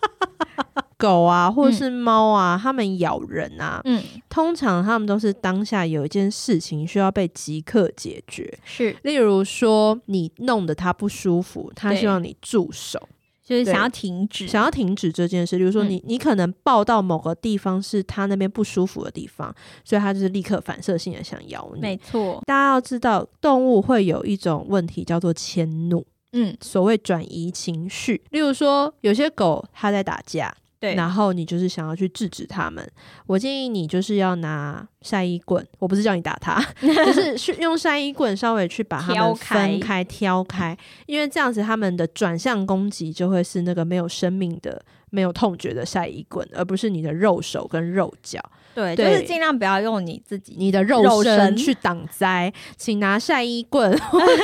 Speaker 1: 狗啊，或是猫啊，它们咬人啊，
Speaker 2: 嗯，
Speaker 1: 通常它们都是当下有一件事情需要被即刻解决。
Speaker 2: 是，
Speaker 1: 例如说，你弄得他不舒服，他
Speaker 2: 对嗯
Speaker 1: 希望你住手，
Speaker 2: 就是
Speaker 1: 对
Speaker 2: 想要停止，
Speaker 1: 想要停止这件事。例如说
Speaker 2: 嗯
Speaker 1: 你，你、可能抱到某个地方是他那边不舒服的地方，所以他就是立刻反射性的想咬
Speaker 2: 没
Speaker 1: 你。
Speaker 2: 错，
Speaker 1: 大家要知道，动物会有一种问题叫做迁怒，
Speaker 2: 嗯，
Speaker 1: 所谓转移情绪。例如说，有些狗它在打架，
Speaker 2: 对，
Speaker 1: 然后你就是想要去制止他们。我建议你就是要拿晒衣棍，我不是叫你打 他，就是去用晒衣棍稍微去把他们
Speaker 2: 挑开
Speaker 1: 分开、挑开，因为这样子他们的转向攻击就会是那个没有生命的、没有痛觉的晒衣棍，而不是你的肉手跟肉脚。
Speaker 2: 对，就
Speaker 1: 对
Speaker 2: 是尽量不要用你自己，
Speaker 1: 你的肉
Speaker 2: 肉
Speaker 1: 身
Speaker 2: 身
Speaker 1: 去挡灾，请拿晒衣棍 或者是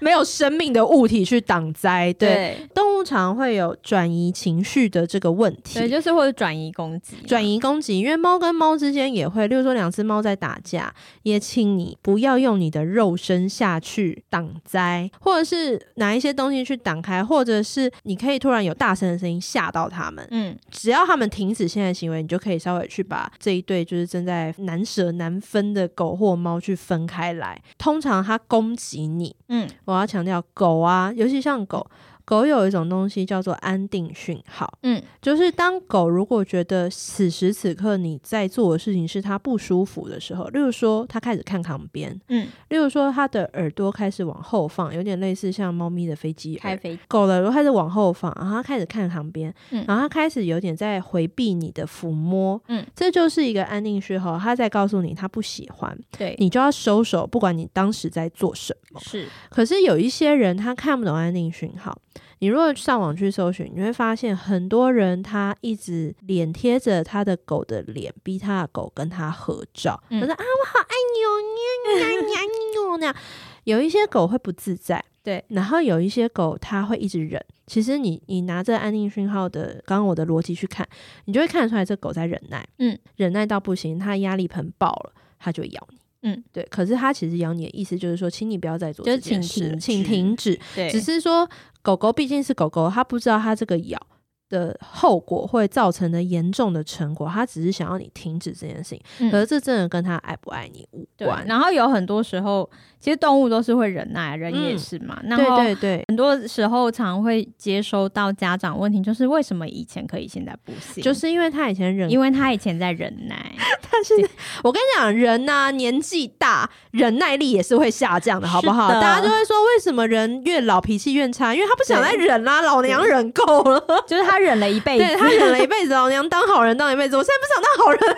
Speaker 1: 没有生命的物体去挡灾。对，
Speaker 2: 对，
Speaker 1: 动物常会有转移情绪的这个问题。
Speaker 2: 对，就是或者转移攻击，啊
Speaker 1: 转
Speaker 2: 移，
Speaker 1: 移攻击，因为猫跟猫之间也会，例如说两只猫在打架，也请你不要用你的肉身下去挡灾，或者是拿一些东西去挡开，或者是你可以突然有大声的声音吓到它们。
Speaker 2: 嗯，
Speaker 1: 只要它们停止现在的行为，你就可以稍微去把这一对就是正在呃难舍难分的狗或猫去分开来。通常它攻击你，
Speaker 2: 嗯，
Speaker 1: 我要强调狗啊，尤其像狗，狗有一种东西叫做安定讯号。
Speaker 2: 嗯，
Speaker 1: 就是当狗如果觉得此时此刻你在做的事情是它不舒服的时候，例如说它开始看旁边，
Speaker 2: 嗯，
Speaker 1: 例如说它的耳朵开始往后放，有点类似像猫咪的飞机
Speaker 2: 开
Speaker 1: 耳。
Speaker 2: 飞机，
Speaker 1: 狗的耳朵开始往后放，然后它开始看旁边，
Speaker 2: 嗯
Speaker 1: 然后它开始有点在回避你的抚摸，
Speaker 2: 嗯，
Speaker 1: 这就是一个安定讯号，它在告诉你它不喜欢，
Speaker 2: 对，哦
Speaker 1: 你就要收手，不管你当时在做什么。
Speaker 2: 是，
Speaker 1: 可是有一些人他看不懂安定讯号，你如果上网去搜寻，你会发现很多人他一直脸贴着他的狗的脸，逼他的狗跟他合照，
Speaker 2: 嗯
Speaker 1: 他说啊我好爱你哦，你你你你你你那样。有一些狗会不自在，
Speaker 2: 对，
Speaker 1: 然后有一些狗它会一直忍。其实你你拿着安定讯号的刚刚我的逻辑去看，你就会看得出来这狗在忍耐，
Speaker 2: 嗯，
Speaker 1: 忍耐到不行，它压力盆爆了，它就咬你，
Speaker 2: 嗯，
Speaker 1: 对。可是它其实咬你的意思就是说，请你不要再做
Speaker 2: 就
Speaker 1: 这
Speaker 2: 是
Speaker 1: 件
Speaker 2: 请
Speaker 1: 事
Speaker 2: 停
Speaker 1: 请
Speaker 2: 止
Speaker 1: 停止。
Speaker 2: 对
Speaker 1: 只是说狗狗毕竟是狗狗，它不知道它这个咬的后果会造成的严重的成果，它只是想要你停止这件事情。
Speaker 2: 嗯
Speaker 1: 可是这真的跟它爱不爱你无
Speaker 2: 对
Speaker 1: 关。
Speaker 2: 然后有很多时候，其实动物都是会忍耐，人也
Speaker 1: 嗯
Speaker 2: 是嘛。然后
Speaker 1: 对对对。
Speaker 2: 很多时候常会接收到家长问题，就是为什么以前可以，现在不行？
Speaker 1: 就是因为它以前忍，
Speaker 2: 因
Speaker 1: 为
Speaker 2: 为他以前在忍耐，
Speaker 1: 它现在我跟你讲，人呐、年纪大，忍耐力也是会下降的，好不好？
Speaker 2: 是的
Speaker 1: 大家就会说，为什么人越老脾气越差？因为他不想再忍啦、老娘忍够了，
Speaker 2: 就是他忍了一辈子。
Speaker 1: 对他忍了一辈子，老娘当好人当一辈子，我现在不想当好人。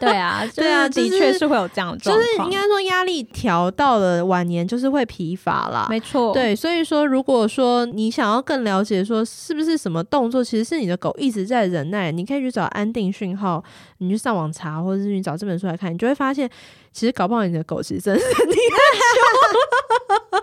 Speaker 2: 对啊，就是
Speaker 1: 对啊就
Speaker 2: 的
Speaker 1: 是
Speaker 2: 确是会有这样的状
Speaker 1: 就是
Speaker 2: 况，
Speaker 1: 应该说压力调到了晚年，就是会疲乏啦。
Speaker 2: 没错，
Speaker 1: 对，所以说，如果说你想要更了解，说是不是什么动作其实是你的狗一直在忍耐，你可以去找安定讯号，你去上网查，或者是你找这本书来看，你就会发现，其实搞不好你的狗其实真的是你 在凶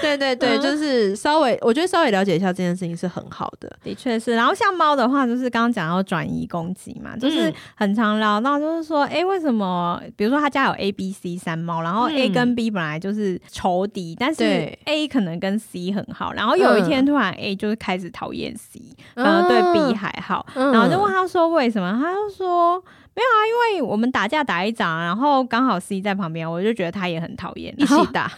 Speaker 1: 对对
Speaker 2: 嗯
Speaker 1: 对，就是稍微，我觉得稍微了解一下这件事情是很好的。
Speaker 2: 的确是。然后像猫的话，就是刚刚讲到转移攻击嘛，就是
Speaker 1: 嗯
Speaker 2: 很常聊到，就是说，哎、为什么？比如说他家有 A、B、C 三猫，然后
Speaker 1: 嗯
Speaker 2: A 跟 B 本来就是仇敌，但是
Speaker 1: 对嗯
Speaker 2: A 可能跟 C 很好，然后有一天突然 A 就是开始讨厌 C，、反
Speaker 1: 呃
Speaker 2: 而对 B 还好，
Speaker 1: 嗯，
Speaker 2: 然后就问
Speaker 1: 嗯
Speaker 2: 他说为什么，他就说没有啊，因为我们打架打一场，然后刚好 C 在旁边，我就觉得他也很讨厌，
Speaker 1: 一
Speaker 2: 然后
Speaker 1: 起打，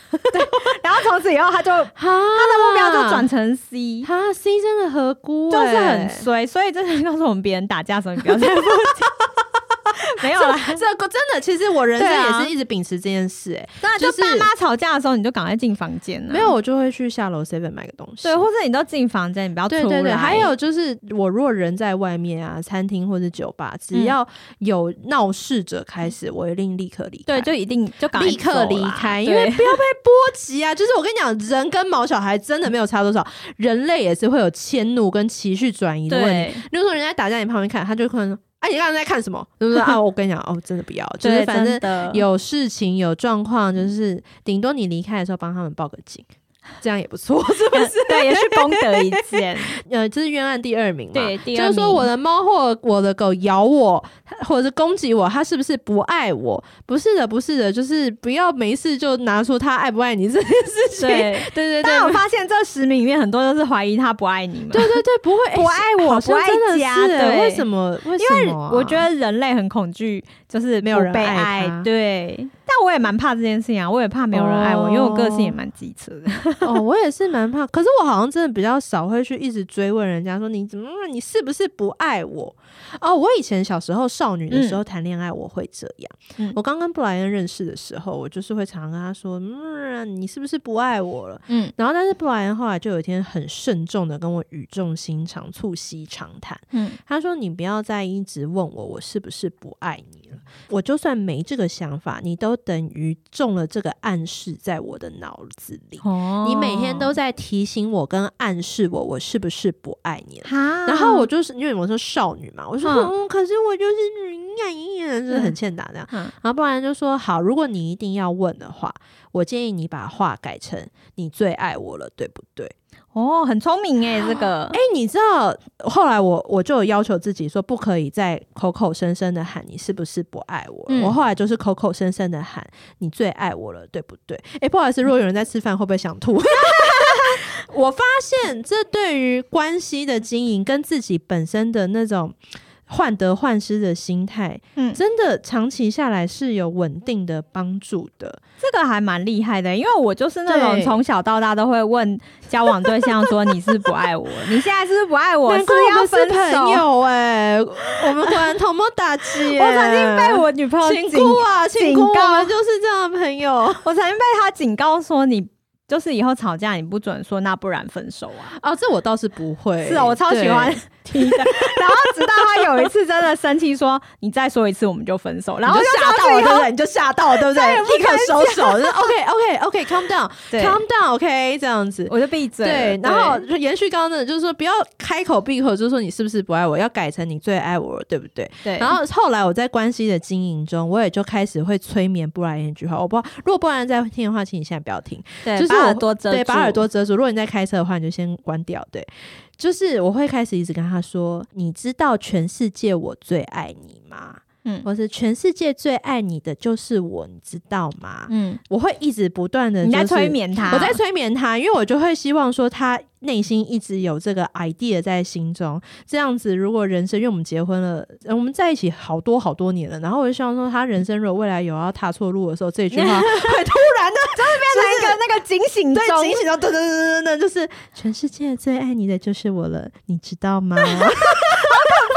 Speaker 2: 然后从此以后他就目
Speaker 1: 他的
Speaker 2: 标就转
Speaker 1: 啊
Speaker 2: 成 C，
Speaker 1: 哈 C 真的合估、欸，
Speaker 2: 就是很衰，所以真的告诉我们别人打架的时候你不要在附近， 没有啦，
Speaker 1: 这个真的，其实我人生
Speaker 2: 对啊
Speaker 1: 也是一直秉持这件事、欸，哎、
Speaker 2: 真的就
Speaker 1: 就是
Speaker 2: 爸妈吵架的时候你就赶快进房间啊
Speaker 1: 没有我就会去下楼 seven 买个东西。
Speaker 2: 对，或者你都进房间，你不要出
Speaker 1: 对
Speaker 2: 来。
Speaker 1: 对对，还有就是我如果人在外面啊，餐厅或者酒吧，只
Speaker 2: 嗯
Speaker 1: 要有闹事者开始，我一定立刻离开。
Speaker 2: 对，就一定就赶快
Speaker 1: 呃立刻
Speaker 2: 走
Speaker 1: 离
Speaker 2: 啦
Speaker 1: 开，
Speaker 2: 对
Speaker 1: 因为不要被波及啊！就是我跟你讲，人跟毛小孩真的没有差多少，人类也是会有迁怒跟情绪转移的问题。
Speaker 2: 对
Speaker 1: 例如说，人家打在你旁边看，他就可能说：“哎、你刚才在看什么？”对不对？啊，我跟你讲，哦，真的不要，就是
Speaker 2: 对
Speaker 1: 反正
Speaker 2: 真的
Speaker 1: 有事情有状况，就是顶多你离开的时候帮他们报个 警，这样也不错，是不是？
Speaker 2: 对，也是功德一件。
Speaker 1: 呃，这是冤案第二名嘛？
Speaker 2: 对第
Speaker 1: 就
Speaker 2: 二
Speaker 1: 是说
Speaker 2: 名
Speaker 1: 我的猫或我的狗咬我，或者是攻击我，它是不是不爱我？不是的，不是的，就是不要没事就拿出它爱不爱你这件事情。
Speaker 2: 对，
Speaker 1: 对对对
Speaker 2: 但我发现这十名里面很多都是怀疑他不爱你们。
Speaker 1: 对对对，不会、哎
Speaker 2: 不爱我
Speaker 1: 好像
Speaker 2: 不爱
Speaker 1: 真的
Speaker 2: 家
Speaker 1: 是哎
Speaker 2: 对
Speaker 1: 为什么？为
Speaker 2: 因
Speaker 1: 什
Speaker 2: 为
Speaker 1: 么啊、
Speaker 2: 我觉得人类很恐惧，就是
Speaker 1: 没有人
Speaker 2: 不被
Speaker 1: 爱
Speaker 2: 爱
Speaker 1: 他
Speaker 2: 对，但我也蛮怕这件事情啊，我也怕没有人爱我，因为我个性也蛮机车的。
Speaker 1: 哦，我也是蛮怕，可是我好像真的比较少会去一直追问人家说你怎么，你是不是不爱我？哦，我以前小时候少女的时候谈恋爱，我会这样。
Speaker 2: 嗯
Speaker 1: 我刚跟布莱恩认识的时候，我就是会常跟他说，嗯，你是不是不爱我了？
Speaker 2: 嗯
Speaker 1: 然后，但是布莱恩后来就有一天很慎重的跟我语重心长、促膝长谈，
Speaker 2: 嗯，
Speaker 1: 他说：“你不要再一直问我，我是不是不爱你了？我就算没这个想法，你都等于中了这个暗示在我的脑子里。”
Speaker 2: 哦
Speaker 1: 你每天都在提醒我跟暗示我，我是不是不爱你了？
Speaker 2: 哈，
Speaker 1: 然后我就是因为我说少女嘛，我说
Speaker 2: 嗯
Speaker 1: 嗯，可是我就是嗯呀呀呀，就是很欠打这样。
Speaker 2: 嗯
Speaker 1: 然后不然就说好，如果你一定要问的话，我建议你把话改成你最爱我了，对不对？
Speaker 2: 哦，很聪明哎，这个
Speaker 1: 哎，你知道后来我我就有要求自己说，不可以再口口声声的喊你是不是不爱我了。
Speaker 2: 嗯
Speaker 1: 我后来就是口口声声的喊你最爱我了，对不对？哎，不好意思，如果有人在吃饭，会不会想吐？ 我发现这对于关系的经营跟自己本身的那种患得患失的心态，
Speaker 2: 嗯
Speaker 1: 真的长期下来是有稳定的帮助的。
Speaker 2: 这个还蛮厉害的，因为我就是那种
Speaker 1: 对
Speaker 2: 从小到大都会问交往对象说你是不爱我，你现在是不是不爱我，
Speaker 1: 难
Speaker 2: 是
Speaker 1: 怪我
Speaker 2: 要
Speaker 1: 们是
Speaker 2: 分手
Speaker 1: 朋。友哎、我们果然同谋打击、
Speaker 2: 我曾经被我女朋友
Speaker 1: 请
Speaker 2: 警
Speaker 1: 姑啊，请
Speaker 2: 警
Speaker 1: 姑，我
Speaker 2: 告
Speaker 1: 们就是这样的朋友。
Speaker 2: 我曾经被他警告说你就是以后吵架你不准说那不然分手啊。
Speaker 1: 哦，这我倒是不会，
Speaker 2: 是啊，我超喜欢
Speaker 1: 对
Speaker 2: 听的。然后直到他有一次真的生气说：“你再说一次我们就分手。”然后
Speaker 1: 你
Speaker 2: 就
Speaker 1: 就吓
Speaker 2: 从此
Speaker 1: 到我，
Speaker 2: 以
Speaker 1: 对
Speaker 2: 后
Speaker 1: 不对？你就吓到我，对 不对？
Speaker 2: 也不
Speaker 1: 立刻
Speaker 2: 敢
Speaker 1: 收手，OK OK OK，calm
Speaker 2: 对
Speaker 1: down，calm down，OK，这样子。
Speaker 2: 我就闭嘴了。
Speaker 1: 对，然后就延续刚刚的，就是说不要开口闭口就说你是不是不爱我，要改成你最爱我了，对不对？
Speaker 2: 对，
Speaker 1: 然后后来我在关系的经营中，我也就开始会催眠布莱恩一句话。我不知道，如果布莱恩在听的话，请你现在不要听，
Speaker 2: 对
Speaker 1: 就是
Speaker 2: 把
Speaker 1: 我
Speaker 2: 耳朵遮住，
Speaker 1: 对，把耳朵遮住。如果你在开车的话，你就先关掉。对，就是我会开始一直跟他说：“你知道全世界我最爱你吗？
Speaker 2: 嗯
Speaker 1: 或是全世界最爱你的就是我，你知道吗？”
Speaker 2: 嗯，
Speaker 1: 我会一直不断的、
Speaker 2: 你在催。眠他，
Speaker 1: 我在催眠他，因为我就会希望说他内心一直有这个 idea 在心中，这样子如果人生，因为我们结婚了，呃我们在一起好多好多年了，然后我就希望说他人生如果未来有要踏错路的时候，这句 话会突然 的
Speaker 2: 变成一个那个警醒
Speaker 1: 对
Speaker 2: 钟，
Speaker 1: 警醒到噔噔噔噔噔，就是全世界最爱你的就是我了，你知道吗？好可怕哦，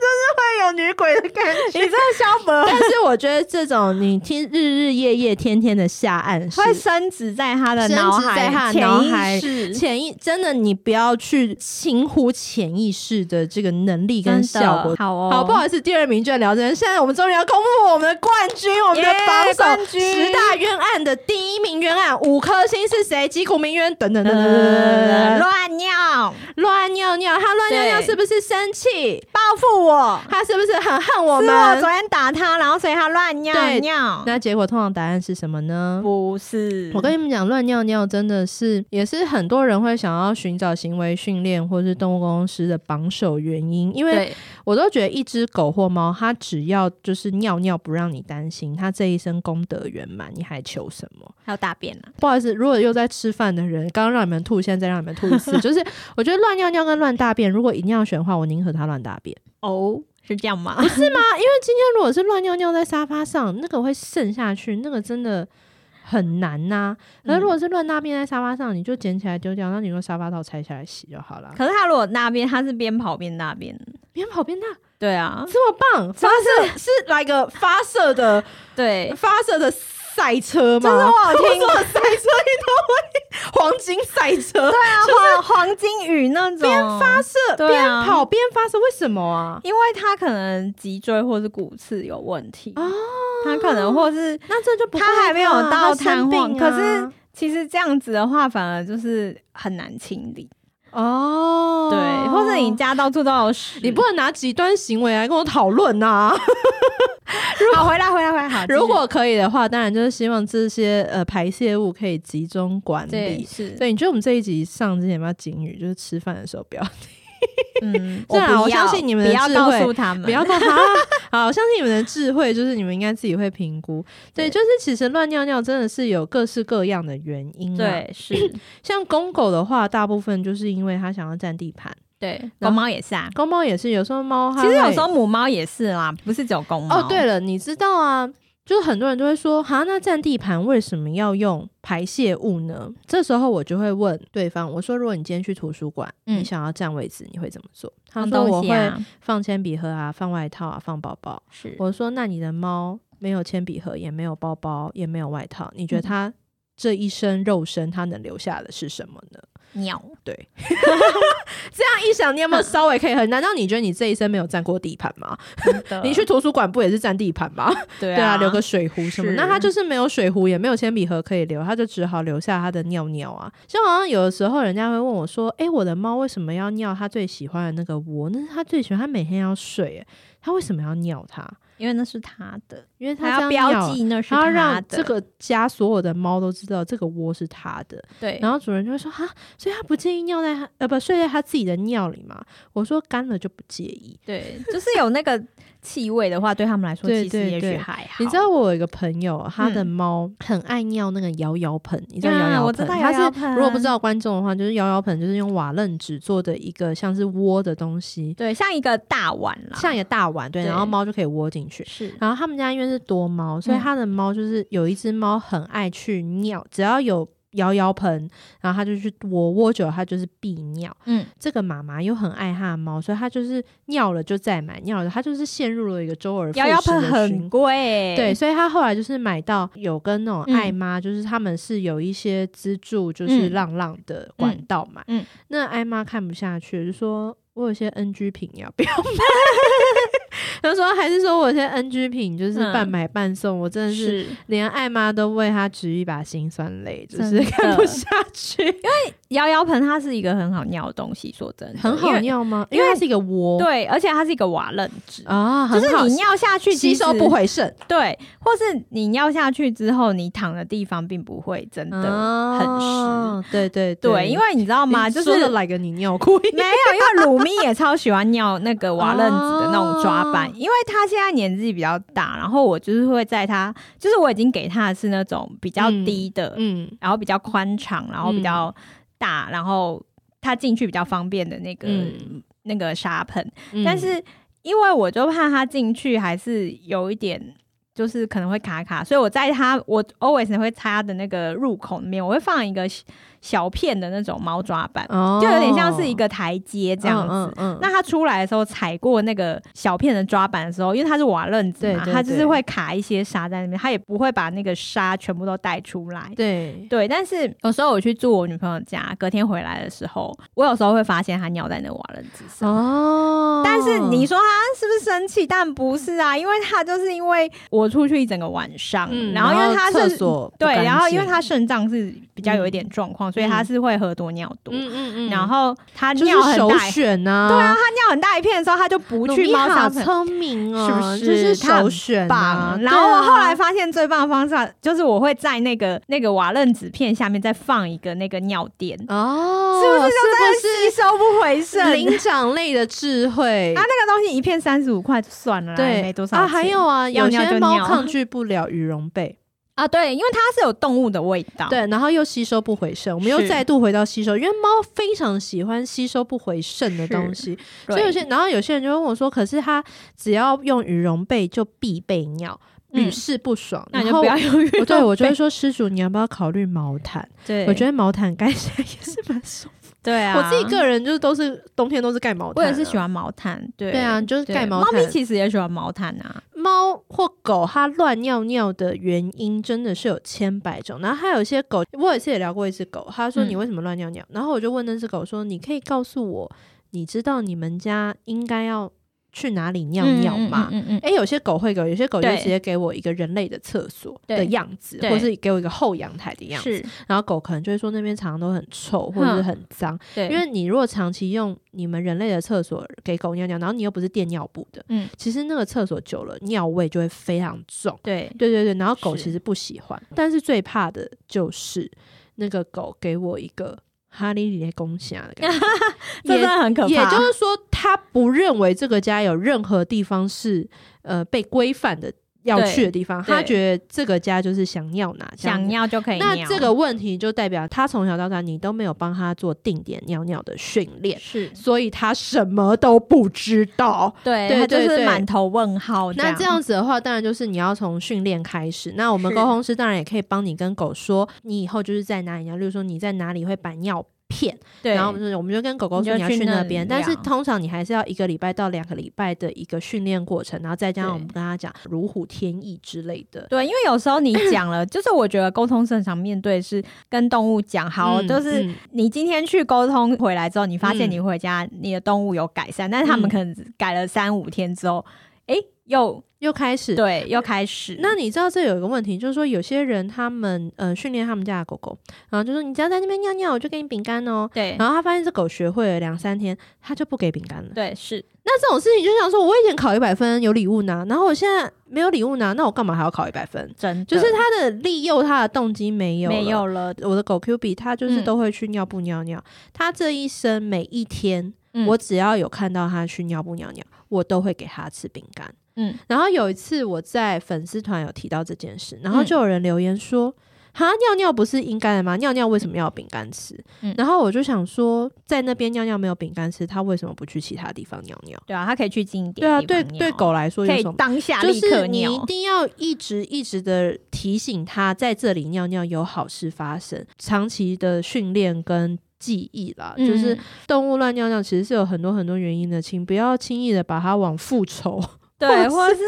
Speaker 1: 就是会有女鬼的感觉。
Speaker 2: 你这个消博
Speaker 1: 但是我觉得这种你听日日夜夜、天天的下暗示，
Speaker 2: 会深植在他的
Speaker 1: 深植
Speaker 2: 脑海，
Speaker 1: 在他的
Speaker 2: 潜
Speaker 1: 脑
Speaker 2: 意
Speaker 1: 海
Speaker 2: 识
Speaker 1: 潜意真的，你不要去轻忽潜意识的这个能力跟
Speaker 2: 真的
Speaker 1: 效果。
Speaker 2: 好哦，
Speaker 1: 好，不好意思，第二名就聊这。现在我们终于要公布我们的冠军，我们的
Speaker 2: Yeah，
Speaker 1: 榜首
Speaker 2: 冠军
Speaker 1: 十大冤案的第一名冤案，五颗星是谁？击鼓鸣冤，等等 等等等等等等
Speaker 2: 呃
Speaker 1: 等，
Speaker 2: 乱尿，
Speaker 1: 乱尿尿，他乱尿尿
Speaker 2: 对
Speaker 1: 是不是生气？
Speaker 2: 报复我，
Speaker 1: 他是不是很恨我
Speaker 2: 是我
Speaker 1: 们
Speaker 2: 昨？天打他，然后所以他乱尿
Speaker 1: 对
Speaker 2: 尿，
Speaker 1: 那结果通常答案是什么呢？
Speaker 2: 不是，
Speaker 1: 我跟你们讲，乱尿尿真的是也是很多人会想要寻找行为训练或是动物公司的榜首原因，因为
Speaker 2: 对
Speaker 1: 我都觉得一只狗或猫，它只要就是尿尿不让你担心，它这一生功德圆满，你还求什么？
Speaker 2: 还有大便啊呢，
Speaker 1: 不好意思，如果又在吃饭的人，刚刚让你们吐，现在再让你们吐一 次，就是我觉得乱尿尿跟乱大便，如果一定要选的话，我宁可它乱大便。
Speaker 2: 哦，是这样吗？
Speaker 1: 是吗？啊因为今天如果是乱尿尿在沙发上，那个会渗下去，那个真的很难呐、可是如果是乱大便在沙发上，你就捡起来丢掉，那你用沙发套拆下来洗就好了。
Speaker 2: 可是他如果大便，他是边跑边大便，
Speaker 1: 边跑边大，
Speaker 2: 对啊，
Speaker 1: 这么棒，发射是来个发射 的
Speaker 2: 对，
Speaker 1: 发射的赛车吗？
Speaker 2: 就是我有听
Speaker 1: 说的赛车，你都会黄金赛车，
Speaker 2: 对啊，就是黄金雨那种边
Speaker 1: 发射
Speaker 2: 对
Speaker 1: 边
Speaker 2: 啊
Speaker 1: 跑边发射，为什么啊？
Speaker 2: 因为他可能脊椎或是骨刺有问题，他可能或是
Speaker 1: 那这就不啊
Speaker 2: 啊他还没有到瘫
Speaker 1: 生
Speaker 2: 痪，
Speaker 1: 病
Speaker 2: 可
Speaker 1: 啊
Speaker 2: 是其实这样子的话，反而就是很难清理，
Speaker 1: 哦，
Speaker 2: 对，或者你家到处都有屎，
Speaker 1: 你不能拿极端行为来跟我讨论呐。
Speaker 2: 好回来回来回来 好，
Speaker 1: 如果可以的话，当然就是希望这些呃排泄物可以集中管
Speaker 2: 继续对
Speaker 1: 理。
Speaker 2: 是，
Speaker 1: 对，你觉得我们这一集上之前有没有警语？就是吃饭的时候 不要，
Speaker 2: 嗯，
Speaker 1: 对啊
Speaker 2: 不
Speaker 1: 我相
Speaker 2: 要
Speaker 1: 信你们的
Speaker 2: 不要
Speaker 1: 智
Speaker 2: 告
Speaker 1: 慧
Speaker 2: 诉他们，
Speaker 1: 不要到他。 好，我相信你们的智慧，就是你们应该自己会评估。对，
Speaker 2: 对
Speaker 1: 就是其实乱尿尿真的是有各式各样的原因、啊。，
Speaker 2: 对是，
Speaker 1: 像公狗的话，大部分就是因为它想要占地盘。
Speaker 2: 对，
Speaker 1: 然后
Speaker 2: 公猫也是啊，
Speaker 1: 公猫也是，有时候猫它
Speaker 2: 其实有
Speaker 1: 会
Speaker 2: 时候母猫也是啦，不是只有公猫
Speaker 1: 哦，对了，你知道啊，就是很多人都会说，哈，那占地盘为什么要用排泄物呢？这时候我就会问对方，我说，如果你今天去图书馆，你
Speaker 2: 嗯
Speaker 1: 想要占位置，你会怎么做？他
Speaker 2: 放
Speaker 1: 说我
Speaker 2: 东西
Speaker 1: 会
Speaker 2: 啊，
Speaker 1: 放铅笔盒啊，放外套啊，放包包。
Speaker 2: 是
Speaker 1: 我说，那你的猫没有铅笔盒，也没有包包，也没有外套，你觉得
Speaker 2: 嗯
Speaker 1: 它这一身肉身，它能留下的是什么呢？
Speaker 2: 尿，
Speaker 1: 对，这样啊一想，你有 没有稍微可以很？难道你觉得你这一生没有占过地盘吗？
Speaker 2: 真 的
Speaker 1: 你去图书馆不也是占地盘吗？对
Speaker 2: 对
Speaker 1: 啊，留个水壶什么，
Speaker 2: 是
Speaker 1: 那他就是没有水壶，也没有铅笔盒可以留，他就只好留下他的尿尿啊。就好像有的时候人家会问我说：“诶，我的猫为什么要尿它最喜欢的那个窝？那是它最喜欢，它每天要睡，诶它为什么要尿它？
Speaker 2: 因为那是他的，
Speaker 1: 因为它
Speaker 2: 还
Speaker 1: 这
Speaker 2: 要
Speaker 1: 样尿
Speaker 2: 标，记那是
Speaker 1: 它要
Speaker 2: 他
Speaker 1: 让
Speaker 2: 的，
Speaker 1: 这个家所有的猫都知道这个窝是它的。”
Speaker 2: 对，
Speaker 1: 然后主人就会说：“哈，所以它不介意尿在它呃不睡在它自己的尿里嘛？”我说：“干了就不介意。”
Speaker 2: 对，就是有那个气味的话，对他们来说
Speaker 1: 对
Speaker 2: 其
Speaker 1: 对
Speaker 2: 实也
Speaker 1: 对
Speaker 2: 许还好。
Speaker 1: 你知道我有一个朋友，他的
Speaker 2: 嗯
Speaker 1: 猫很爱尿那个摇摇盆，你知道
Speaker 2: 呀
Speaker 1: 摇摇盆？
Speaker 2: 啊我知道
Speaker 1: 它
Speaker 2: 摇摇
Speaker 1: 是如果不知
Speaker 2: 盆
Speaker 1: 道观众的话，就是摇摇盆就是用瓦楞纸做的一个像是窝的东西，
Speaker 2: 对，像一个大碗啦，
Speaker 1: 像一个大碗，对，
Speaker 2: 对
Speaker 1: 然后猫就可以窝进去。
Speaker 2: 是
Speaker 1: 然后他们家因为是多猫，所以
Speaker 2: 嗯
Speaker 1: 他的猫就是有一只猫很爱去尿，只要有摇摇盆，然后他就去窝窝久了，他就是必尿。
Speaker 2: 嗯，
Speaker 1: 这个妈妈又很爱她的猫，所以她就是尿了就再买，尿了她就是陷入了一个周而复
Speaker 2: 摇摇
Speaker 1: 始
Speaker 2: 盆
Speaker 1: 的
Speaker 2: 很
Speaker 1: 循。
Speaker 2: 贵、
Speaker 1: 对，，所以她后来就是买到有跟那种爱妈，就是他们是有一些资助，就是
Speaker 2: 嗯
Speaker 1: 浪浪的管道买。
Speaker 2: 嗯嗯
Speaker 1: 那爱妈看不下去，就说：“我有些 NG 品要不要买？” 她说：“还是说我有些 NG 品就是
Speaker 2: 嗯
Speaker 1: 半买半送，我真的是
Speaker 2: 是
Speaker 1: 连艾妈都为他指一把辛酸泪，就
Speaker 2: 真
Speaker 1: 是
Speaker 2: 的
Speaker 1: 看不下 去。
Speaker 2: 摇摇盆，它是一个很好尿的东西，说真的，
Speaker 1: 很
Speaker 2: 因
Speaker 1: 好
Speaker 2: 为。
Speaker 1: 尿吗？
Speaker 2: 因
Speaker 1: 因
Speaker 2: 为
Speaker 1: 为它是一个窝，
Speaker 2: 对，而且它是一个瓦楞纸，
Speaker 1: 啊，
Speaker 2: 就
Speaker 1: 很
Speaker 2: 是
Speaker 1: 好
Speaker 2: 你尿下去
Speaker 1: 吸
Speaker 2: 其
Speaker 1: 收
Speaker 2: 实
Speaker 1: 不回渗，
Speaker 2: 对，或是你尿下去之后，你躺的地方并不会真的、
Speaker 1: 很哦湿。对啊对
Speaker 2: 对，因为你知道
Speaker 1: 道
Speaker 2: 吗？就是
Speaker 1: 说的来个你尿裤一
Speaker 2: 没
Speaker 1: 样，
Speaker 2: 有，因为鲁咪也超喜欢尿那个瓦楞子的那种抓板，
Speaker 1: 哦
Speaker 2: 因为他现在年纪比较大，然后我就是会在他，就是我已经给他的是那种比较低的，
Speaker 1: 嗯
Speaker 2: 然后比较宽敞，然后比较大，然后他进去比较方便的那个、
Speaker 1: 嗯
Speaker 2: 那个沙盆，
Speaker 1: 嗯
Speaker 2: 但是因为我就怕他进去还是有一点。就是可能会卡卡，所以我在他我 always 会在他的那个入口里面，我会放一个小小片的那种猫抓板，
Speaker 1: 哦
Speaker 2: 就有点像是一个台阶这样子。
Speaker 1: 嗯嗯嗯
Speaker 2: 那它出来的时候踩过那个小片的抓板的时候，因为它是瓦楞子
Speaker 1: 对
Speaker 2: 嘛，
Speaker 1: 对
Speaker 2: 它就是
Speaker 1: 对
Speaker 2: 会卡一些沙在那边，它也不会把那个沙全部都带出来。
Speaker 1: 对
Speaker 2: 对，但是有时候我去住我女朋友家，隔天回来的时候，我有时候会发现它尿在那个瓦楞子上。
Speaker 1: 哦，
Speaker 2: 但是你说他是不是生气？但不是啊，因为他就是因为我出去一整个晚上，
Speaker 1: 嗯，
Speaker 2: 然后因为他
Speaker 1: 厕
Speaker 2: 是
Speaker 1: 所不
Speaker 2: 对，
Speaker 1: 干
Speaker 2: 然后因为
Speaker 1: 净
Speaker 2: 他肾脏是比较有一点状况，所以他
Speaker 1: 嗯
Speaker 2: 是会喝多尿多。
Speaker 1: 嗯嗯嗯，
Speaker 2: 然后他
Speaker 1: 就
Speaker 2: 尿
Speaker 1: 是
Speaker 2: 很
Speaker 1: 首
Speaker 2: 大，
Speaker 1: 选呐，
Speaker 2: 对啊，，他尿很大一片的时候，他就不
Speaker 1: 努
Speaker 2: 去
Speaker 1: 力
Speaker 2: 猫
Speaker 1: 好
Speaker 2: 砂盆。
Speaker 1: 聪明哦，
Speaker 2: 是不是
Speaker 1: 就是
Speaker 2: 他很
Speaker 1: 首选啊
Speaker 2: 棒，然后我
Speaker 1: 对啊
Speaker 2: 后来发现最棒的方式就是我会在那个那个瓦楞纸片下面再放一个那个尿垫，
Speaker 1: 哦，
Speaker 2: 是不是就真的
Speaker 1: 是
Speaker 2: 吸收不回渗？
Speaker 1: 不是灵长类的智慧
Speaker 2: 啊，？那个东西一片三十五块就算了啦，也
Speaker 1: 对，
Speaker 2: 没多少
Speaker 1: 啊，还
Speaker 2: 钱
Speaker 1: 有啊，
Speaker 2: 要
Speaker 1: 有
Speaker 2: 尿就
Speaker 1: 些猫
Speaker 2: 尿
Speaker 1: 抗拒不了羽绒被，
Speaker 2: 啊，对，因为它是有动物的味道，
Speaker 1: 对，然后又吸收不回渗，我们又
Speaker 2: 是
Speaker 1: 再度回到吸收，因为猫非常喜欢吸收不回渗的东西，
Speaker 2: 对，
Speaker 1: 所以有些，然后有些人就会问我说，可是它只要用羽绒被就必被尿，
Speaker 2: 嗯
Speaker 1: 屡试不爽，
Speaker 2: 那你
Speaker 1: 然
Speaker 2: 就
Speaker 1: 后
Speaker 2: 不 要犹豫
Speaker 1: 我
Speaker 2: 了。
Speaker 1: 对我就会说，施主，你要不要考虑毛毯？
Speaker 2: 对，
Speaker 1: 我觉得毛毯盖起来也是蛮舒服。
Speaker 2: 对啊，
Speaker 1: 我自己个人就是都是冬天都是盖毛
Speaker 2: 我
Speaker 1: 毯啊，
Speaker 2: 也是喜欢毛毯，对
Speaker 1: 对啊就是
Speaker 2: 对
Speaker 1: 盖毛
Speaker 2: 猫咪
Speaker 1: 毯
Speaker 2: 其实也喜欢毛毯啊，
Speaker 1: 猫或狗它乱尿尿的原因真的是有千百种，然后还有一些狗，我有一次也聊过一只狗，它说
Speaker 2: 嗯
Speaker 1: 你为什么乱尿尿？然后我就问那只狗说，你可以告诉我，你知道你们家应该要去哪里尿尿吗？
Speaker 2: 嗯嗯嗯嗯嗯
Speaker 1: 诶，有些狗会给我，有些狗就
Speaker 2: 对
Speaker 1: 直接给我一个人类的厕所
Speaker 2: 对
Speaker 1: 的样子，
Speaker 2: 对
Speaker 1: 或是给我一个后阳台的样子。
Speaker 2: 是，
Speaker 1: 然后狗可能就会说那边常常都很臭，或者是
Speaker 2: 哼
Speaker 1: 很脏。
Speaker 2: 对，
Speaker 1: 因为你如果长期用你们人类的厕所给狗尿尿，然后你又不是垫尿布的，
Speaker 2: 嗯
Speaker 1: 其实那个厕所久了尿味就会非常重。
Speaker 2: 对
Speaker 1: 对对对，然后狗
Speaker 2: 是
Speaker 1: 其实不喜欢，但是最怕的就是那个狗给我一个哈利里的攻下的 感觉
Speaker 2: 这真
Speaker 1: 也
Speaker 2: 的很可怕。
Speaker 1: 也就是说，他不认为这个家有任何地方是呃被规范的要
Speaker 2: 对
Speaker 1: 去的地方，他
Speaker 2: 对
Speaker 1: 觉得这个家就是想尿哪家
Speaker 2: 想尿就可以尿。
Speaker 1: 那这个问题就代表他从小到大你都没有帮他做定点尿尿的训练，
Speaker 2: 是
Speaker 1: 所以他什么都不知道。
Speaker 2: 对，
Speaker 1: 对
Speaker 2: 他就
Speaker 1: 对
Speaker 2: 是
Speaker 1: 对
Speaker 2: 满头问号。
Speaker 1: 那哦这样子的话，当然就是你要从训练开始。那我们
Speaker 2: 是
Speaker 1: 沟通师当然也可以帮你跟狗说，你以后就是在哪里尿，例如说你在哪里会摆尿片，
Speaker 2: 对，
Speaker 1: 然后我们就我们就跟狗狗
Speaker 2: 你
Speaker 1: 说
Speaker 2: 就
Speaker 1: 你要
Speaker 2: 去
Speaker 1: 去
Speaker 2: 那
Speaker 1: 那啊
Speaker 2: 里
Speaker 1: 边，但是
Speaker 2: 尿
Speaker 1: 通常你还是要一个礼拜到两个礼拜的一个训练过程，然后再加上
Speaker 2: 对
Speaker 1: 我们跟他讲如虎添翼之类的。
Speaker 2: 对，因为有时候你讲了，就是我觉得沟通正常面对是跟动物讲好，
Speaker 1: 嗯
Speaker 2: 就是
Speaker 1: 嗯
Speaker 2: 你今天去沟通回来之后，你发
Speaker 1: 嗯
Speaker 2: 现你回家你的动物有改善，但是他们
Speaker 1: 嗯
Speaker 2: 可能只改了三五天之后，哎，又
Speaker 1: 又开始
Speaker 2: 对又开始。
Speaker 1: 那你知道这有一个问题，就是说有些人他们呃训练他们家的狗狗，然后就说你只要在那边尿尿，我就给你饼干哦。
Speaker 2: 对
Speaker 1: 然后他发现这狗学会了两三天，他就不给饼干了。
Speaker 2: 对是
Speaker 1: 那这种事情就想说，我以前考一百分有礼物拿，然后我现在没有礼物拿，那我干嘛还要考一百分？
Speaker 2: 真的，
Speaker 1: 就是他的利诱他的动机没有了
Speaker 2: 没有了。
Speaker 1: 我的狗 Q B，它就是
Speaker 2: 嗯
Speaker 1: 都会去尿布尿尿。它这一生每一天，
Speaker 2: 嗯
Speaker 1: 我只要有看到它去尿布尿尿，我都会给它吃饼干。
Speaker 2: 嗯嗯
Speaker 1: 然后有一次我在粉丝团有提到这件事，然后就有人留言说：“哈，尿尿不是应该的吗？尿尿为什么要有饼干吃？
Speaker 2: 嗯
Speaker 1: 然后我就想说，在那边尿尿没有饼干吃，他为什么不去其他地方尿尿？
Speaker 2: 对啊，它可以去近一
Speaker 1: 对
Speaker 2: 点
Speaker 1: 啊，
Speaker 2: 的地
Speaker 1: 对
Speaker 2: 方尿。
Speaker 1: 对，狗来说
Speaker 2: 可
Speaker 1: 有
Speaker 2: 以
Speaker 1: 什么？
Speaker 2: 当下
Speaker 1: 就
Speaker 2: 立刻
Speaker 1: 是你
Speaker 2: 尿
Speaker 1: 一。定要一直一直的提醒他，在这里尿尿有好事发生。长期的训练跟记忆啦，就是
Speaker 2: 嗯
Speaker 1: 动物乱尿尿其实是有很多很多原因的，请不要轻易的把它往复仇，
Speaker 2: 对，或者是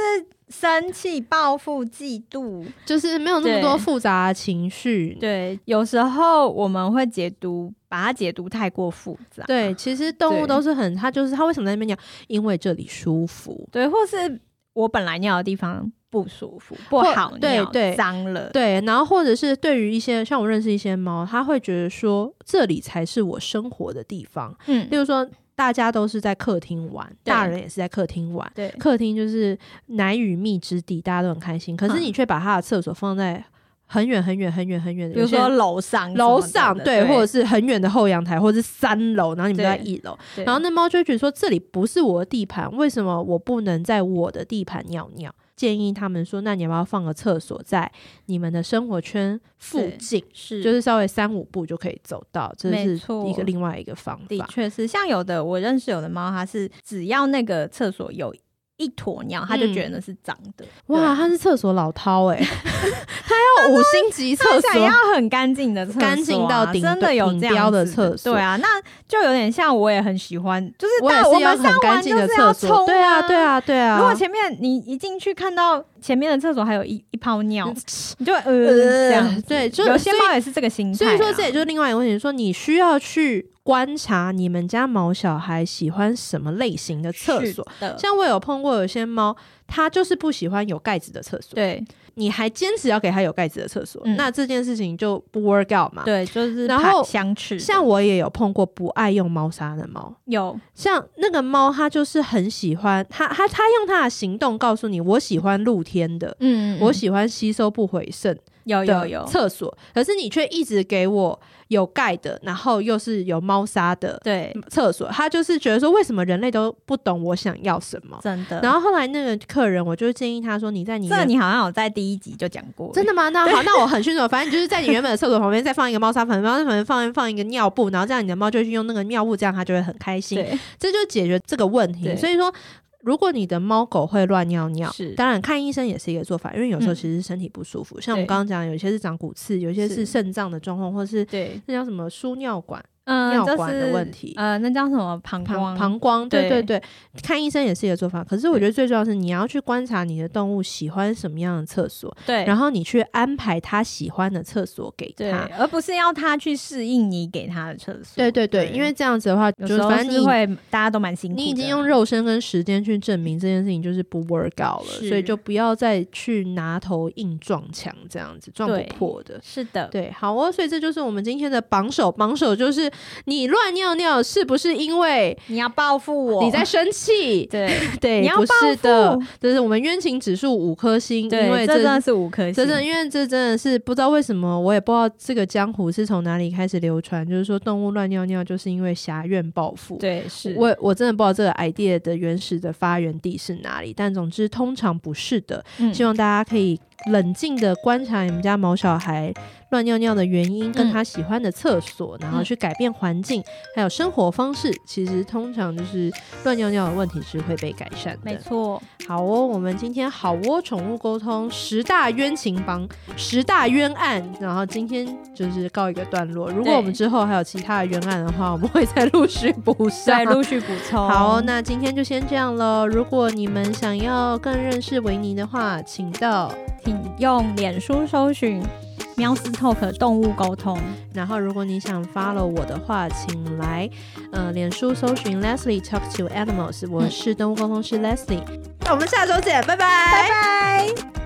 Speaker 2: 生气、报复、嫉妒。
Speaker 1: 就是没有那么
Speaker 2: 对
Speaker 1: 多复杂的情绪。
Speaker 2: 对，有时候我们会解读，把它解读太过复杂。
Speaker 1: 对，其实动物
Speaker 2: 对
Speaker 1: 都是很，它就是它为什么在那边尿？因为这里舒服。
Speaker 2: 对，或是我本来尿的地方不舒服、不
Speaker 1: 或
Speaker 2: 好
Speaker 1: 对
Speaker 2: 尿、
Speaker 1: 对
Speaker 2: 脏了。
Speaker 1: 对，然后或者是对于一些像我认识一些猫，它会觉得说这里才是我生活的地方。
Speaker 2: 嗯
Speaker 1: 例，如说，大家都是在客厅玩，
Speaker 2: 对
Speaker 1: 大人也是在客厅玩，
Speaker 2: 对，
Speaker 1: 客厅就是奶与蜜之地，大家都很开心。可是
Speaker 2: 嗯
Speaker 1: 你却把他的厕所放在很远很远很远很远的，
Speaker 2: 比如
Speaker 1: 有些人
Speaker 2: 说楼上什么的、
Speaker 1: 楼上，对，
Speaker 2: 对，
Speaker 1: 或者是很远的后阳台，或者是三楼，然后你们都在
Speaker 2: 对
Speaker 1: 一楼，
Speaker 2: 对
Speaker 1: 然后那猫就会觉得说这里不是我的地盘，为什么我不能在我的地盘尿尿？建议他们说，那你要不要放个厕所在你们的生活圈附
Speaker 2: 对
Speaker 1: 近？
Speaker 2: 是
Speaker 1: 就是稍微三五步就可以走到，这
Speaker 2: 没
Speaker 1: 是
Speaker 2: 错
Speaker 1: 一个另外一个方
Speaker 2: 的
Speaker 1: 法。
Speaker 2: 确是，像有的我认识有的猫，它是只要那个厕所有一坨尿，它就
Speaker 1: 嗯
Speaker 2: 觉得那是脏的。
Speaker 1: 哇，
Speaker 2: 对，
Speaker 1: 他是厕所老饕 哎、他要五星级 厕
Speaker 2: 它
Speaker 1: 所
Speaker 2: 想，要很干净的厕所啊、
Speaker 1: 干净到顶
Speaker 2: 真的有
Speaker 1: 顶
Speaker 2: 这样
Speaker 1: 标的
Speaker 2: 子
Speaker 1: 厕所
Speaker 2: 对啊，那就有点像我也很喜欢，就是
Speaker 1: 我也
Speaker 2: 但我
Speaker 1: 是
Speaker 2: 们
Speaker 1: 很
Speaker 2: 上
Speaker 1: 干
Speaker 2: 完
Speaker 1: 净
Speaker 2: 就
Speaker 1: 的
Speaker 2: 是要
Speaker 1: 厕所。
Speaker 2: 冲
Speaker 1: 对啊，对。啊，对啊。
Speaker 2: 如果前面你一进去看到前面的厕所还有一一泡尿，你就会呃
Speaker 1: 嗯呃
Speaker 2: 这样子。
Speaker 1: 对就
Speaker 2: 有些
Speaker 1: 所以
Speaker 2: 猫也是这个心态
Speaker 1: 所
Speaker 2: 啊、
Speaker 1: 以说，这也就是另外一个问题，说你需要去观察你们家毛小孩喜欢什么类型的厕所。
Speaker 2: 是的，
Speaker 1: 像我有碰过有些猫，它就是不喜欢有盖子的厕所，
Speaker 2: 对
Speaker 1: 你还坚持要给它有盖子的厕所，
Speaker 2: 嗯
Speaker 1: 那这件事情就不 work out 嘛。，
Speaker 2: 对，就是
Speaker 1: 然
Speaker 2: 怕
Speaker 1: 后
Speaker 2: 相斥的，
Speaker 1: 像我也有碰过不爱用猫砂的猫，
Speaker 2: 有
Speaker 1: 像那个猫，它就是很喜欢它，它它用它的行动告诉你，我喜欢露天的，
Speaker 2: 嗯，嗯
Speaker 1: 我
Speaker 2: 嗯
Speaker 1: 喜欢吸收不回渗
Speaker 2: 有有
Speaker 1: 的
Speaker 2: 有
Speaker 1: 厕所，可是你却一直给我有盖的，然后又是有猫砂的
Speaker 2: 对，
Speaker 1: 厕所，它就是觉得说，为什么人类都不懂我想要什么？
Speaker 2: 真的。
Speaker 1: 然后后来那个客人，我就建议他说，你在你
Speaker 2: 这
Speaker 1: 原
Speaker 2: 你好像有在第一集就讲过，
Speaker 1: 真的吗？那好，那我很迅速，反正你就是在你原本的厕所旁边再放一个猫砂盆，然后那盆放放一个尿布，然后这样你的猫就去用那个尿布，这样它就会很开心。
Speaker 2: 对，
Speaker 1: 这就解决这个问题。
Speaker 2: 对
Speaker 1: 所以说，如果你的猫狗会乱尿尿，
Speaker 2: 是
Speaker 1: 当然看医生也是一个做法，因为有时候
Speaker 2: 嗯
Speaker 1: 其实身体不舒服，像我们
Speaker 2: 对
Speaker 1: 刚刚讲，有些是长骨刺，有些是
Speaker 2: 是
Speaker 1: 肾脏的状况，或是
Speaker 2: 对，
Speaker 1: 那叫什么输尿管、
Speaker 2: 嗯，
Speaker 1: 尿
Speaker 2: 这
Speaker 1: 管的
Speaker 2: 是
Speaker 1: 问题
Speaker 2: 呃，那叫什么膀
Speaker 1: 膀
Speaker 2: 胱？
Speaker 1: 膀胱，对对
Speaker 2: 对
Speaker 1: 对，看医生也是一个做法。可是我觉得最重要的是，你要去观察你的动物喜欢什么样的厕所，
Speaker 2: 对，
Speaker 1: 然
Speaker 2: 后
Speaker 1: 后你去安排它喜欢的厕所给
Speaker 2: 对，
Speaker 1: 它。
Speaker 2: 而不是要它去适应你给它的厕所。
Speaker 1: 对对对，因为这样子的话，
Speaker 2: 有
Speaker 1: 就是
Speaker 2: 时候
Speaker 1: 反正
Speaker 2: 是
Speaker 1: 你
Speaker 2: 会大家都蛮辛苦的，
Speaker 1: 你已经用肉身跟时间去证明这件事情就是不 work out 了，
Speaker 2: 是
Speaker 1: 所以就不要再去拿头硬撞墙，这样子撞不
Speaker 2: 对
Speaker 1: 破的。
Speaker 2: 是的，
Speaker 1: 对，好哦，所以这就是我们今天的榜首。榜首就是你乱尿尿，是不是因为
Speaker 2: 你要报复我，
Speaker 1: 你在生气？
Speaker 2: 对
Speaker 1: 对，
Speaker 2: 你要
Speaker 1: 不是的
Speaker 2: 报复，
Speaker 1: 这是我们冤情指数五颗星，因为
Speaker 2: 对，这真的是五颗星，
Speaker 1: 真的，因为这真的是不知道为什么，我也不知道这个江湖是从哪里开始流传，就是说动物乱尿尿就是因为狭怨报复。
Speaker 2: 对是，
Speaker 1: 我我真的不知道这个 idea 的原始的发源地是哪里，但总之通常不是的。
Speaker 2: 嗯
Speaker 1: 希望大家可以冷静的观察你们家毛小孩乱尿尿的原因，
Speaker 2: 嗯
Speaker 1: 跟他喜欢的厕所，然后去改变环境，还有生活方式。其实通常就是乱尿尿的问题是会被改善
Speaker 2: 没
Speaker 1: 的。
Speaker 2: 错，
Speaker 1: 好哦，我们今天好哦，宠物沟通十大冤情榜、十大冤案，然后今天就是告一个段落。如果
Speaker 2: 对
Speaker 1: 我们之后还有其他的冤案的话，我们会再陆续补上
Speaker 2: 对，。陆续补充。
Speaker 1: 啊好，那今天就先这样喽。如果你们想要更认识维尼的话，请到。
Speaker 2: 请用脸书搜寻“喵斯 talk 动物沟通
Speaker 1: 然后，如果你想 follow 我的话，请来呃脸书搜寻 Leslie Talk to Animals，我是动物沟通师 Leslie。那我们下周见，拜拜”，
Speaker 2: 拜拜。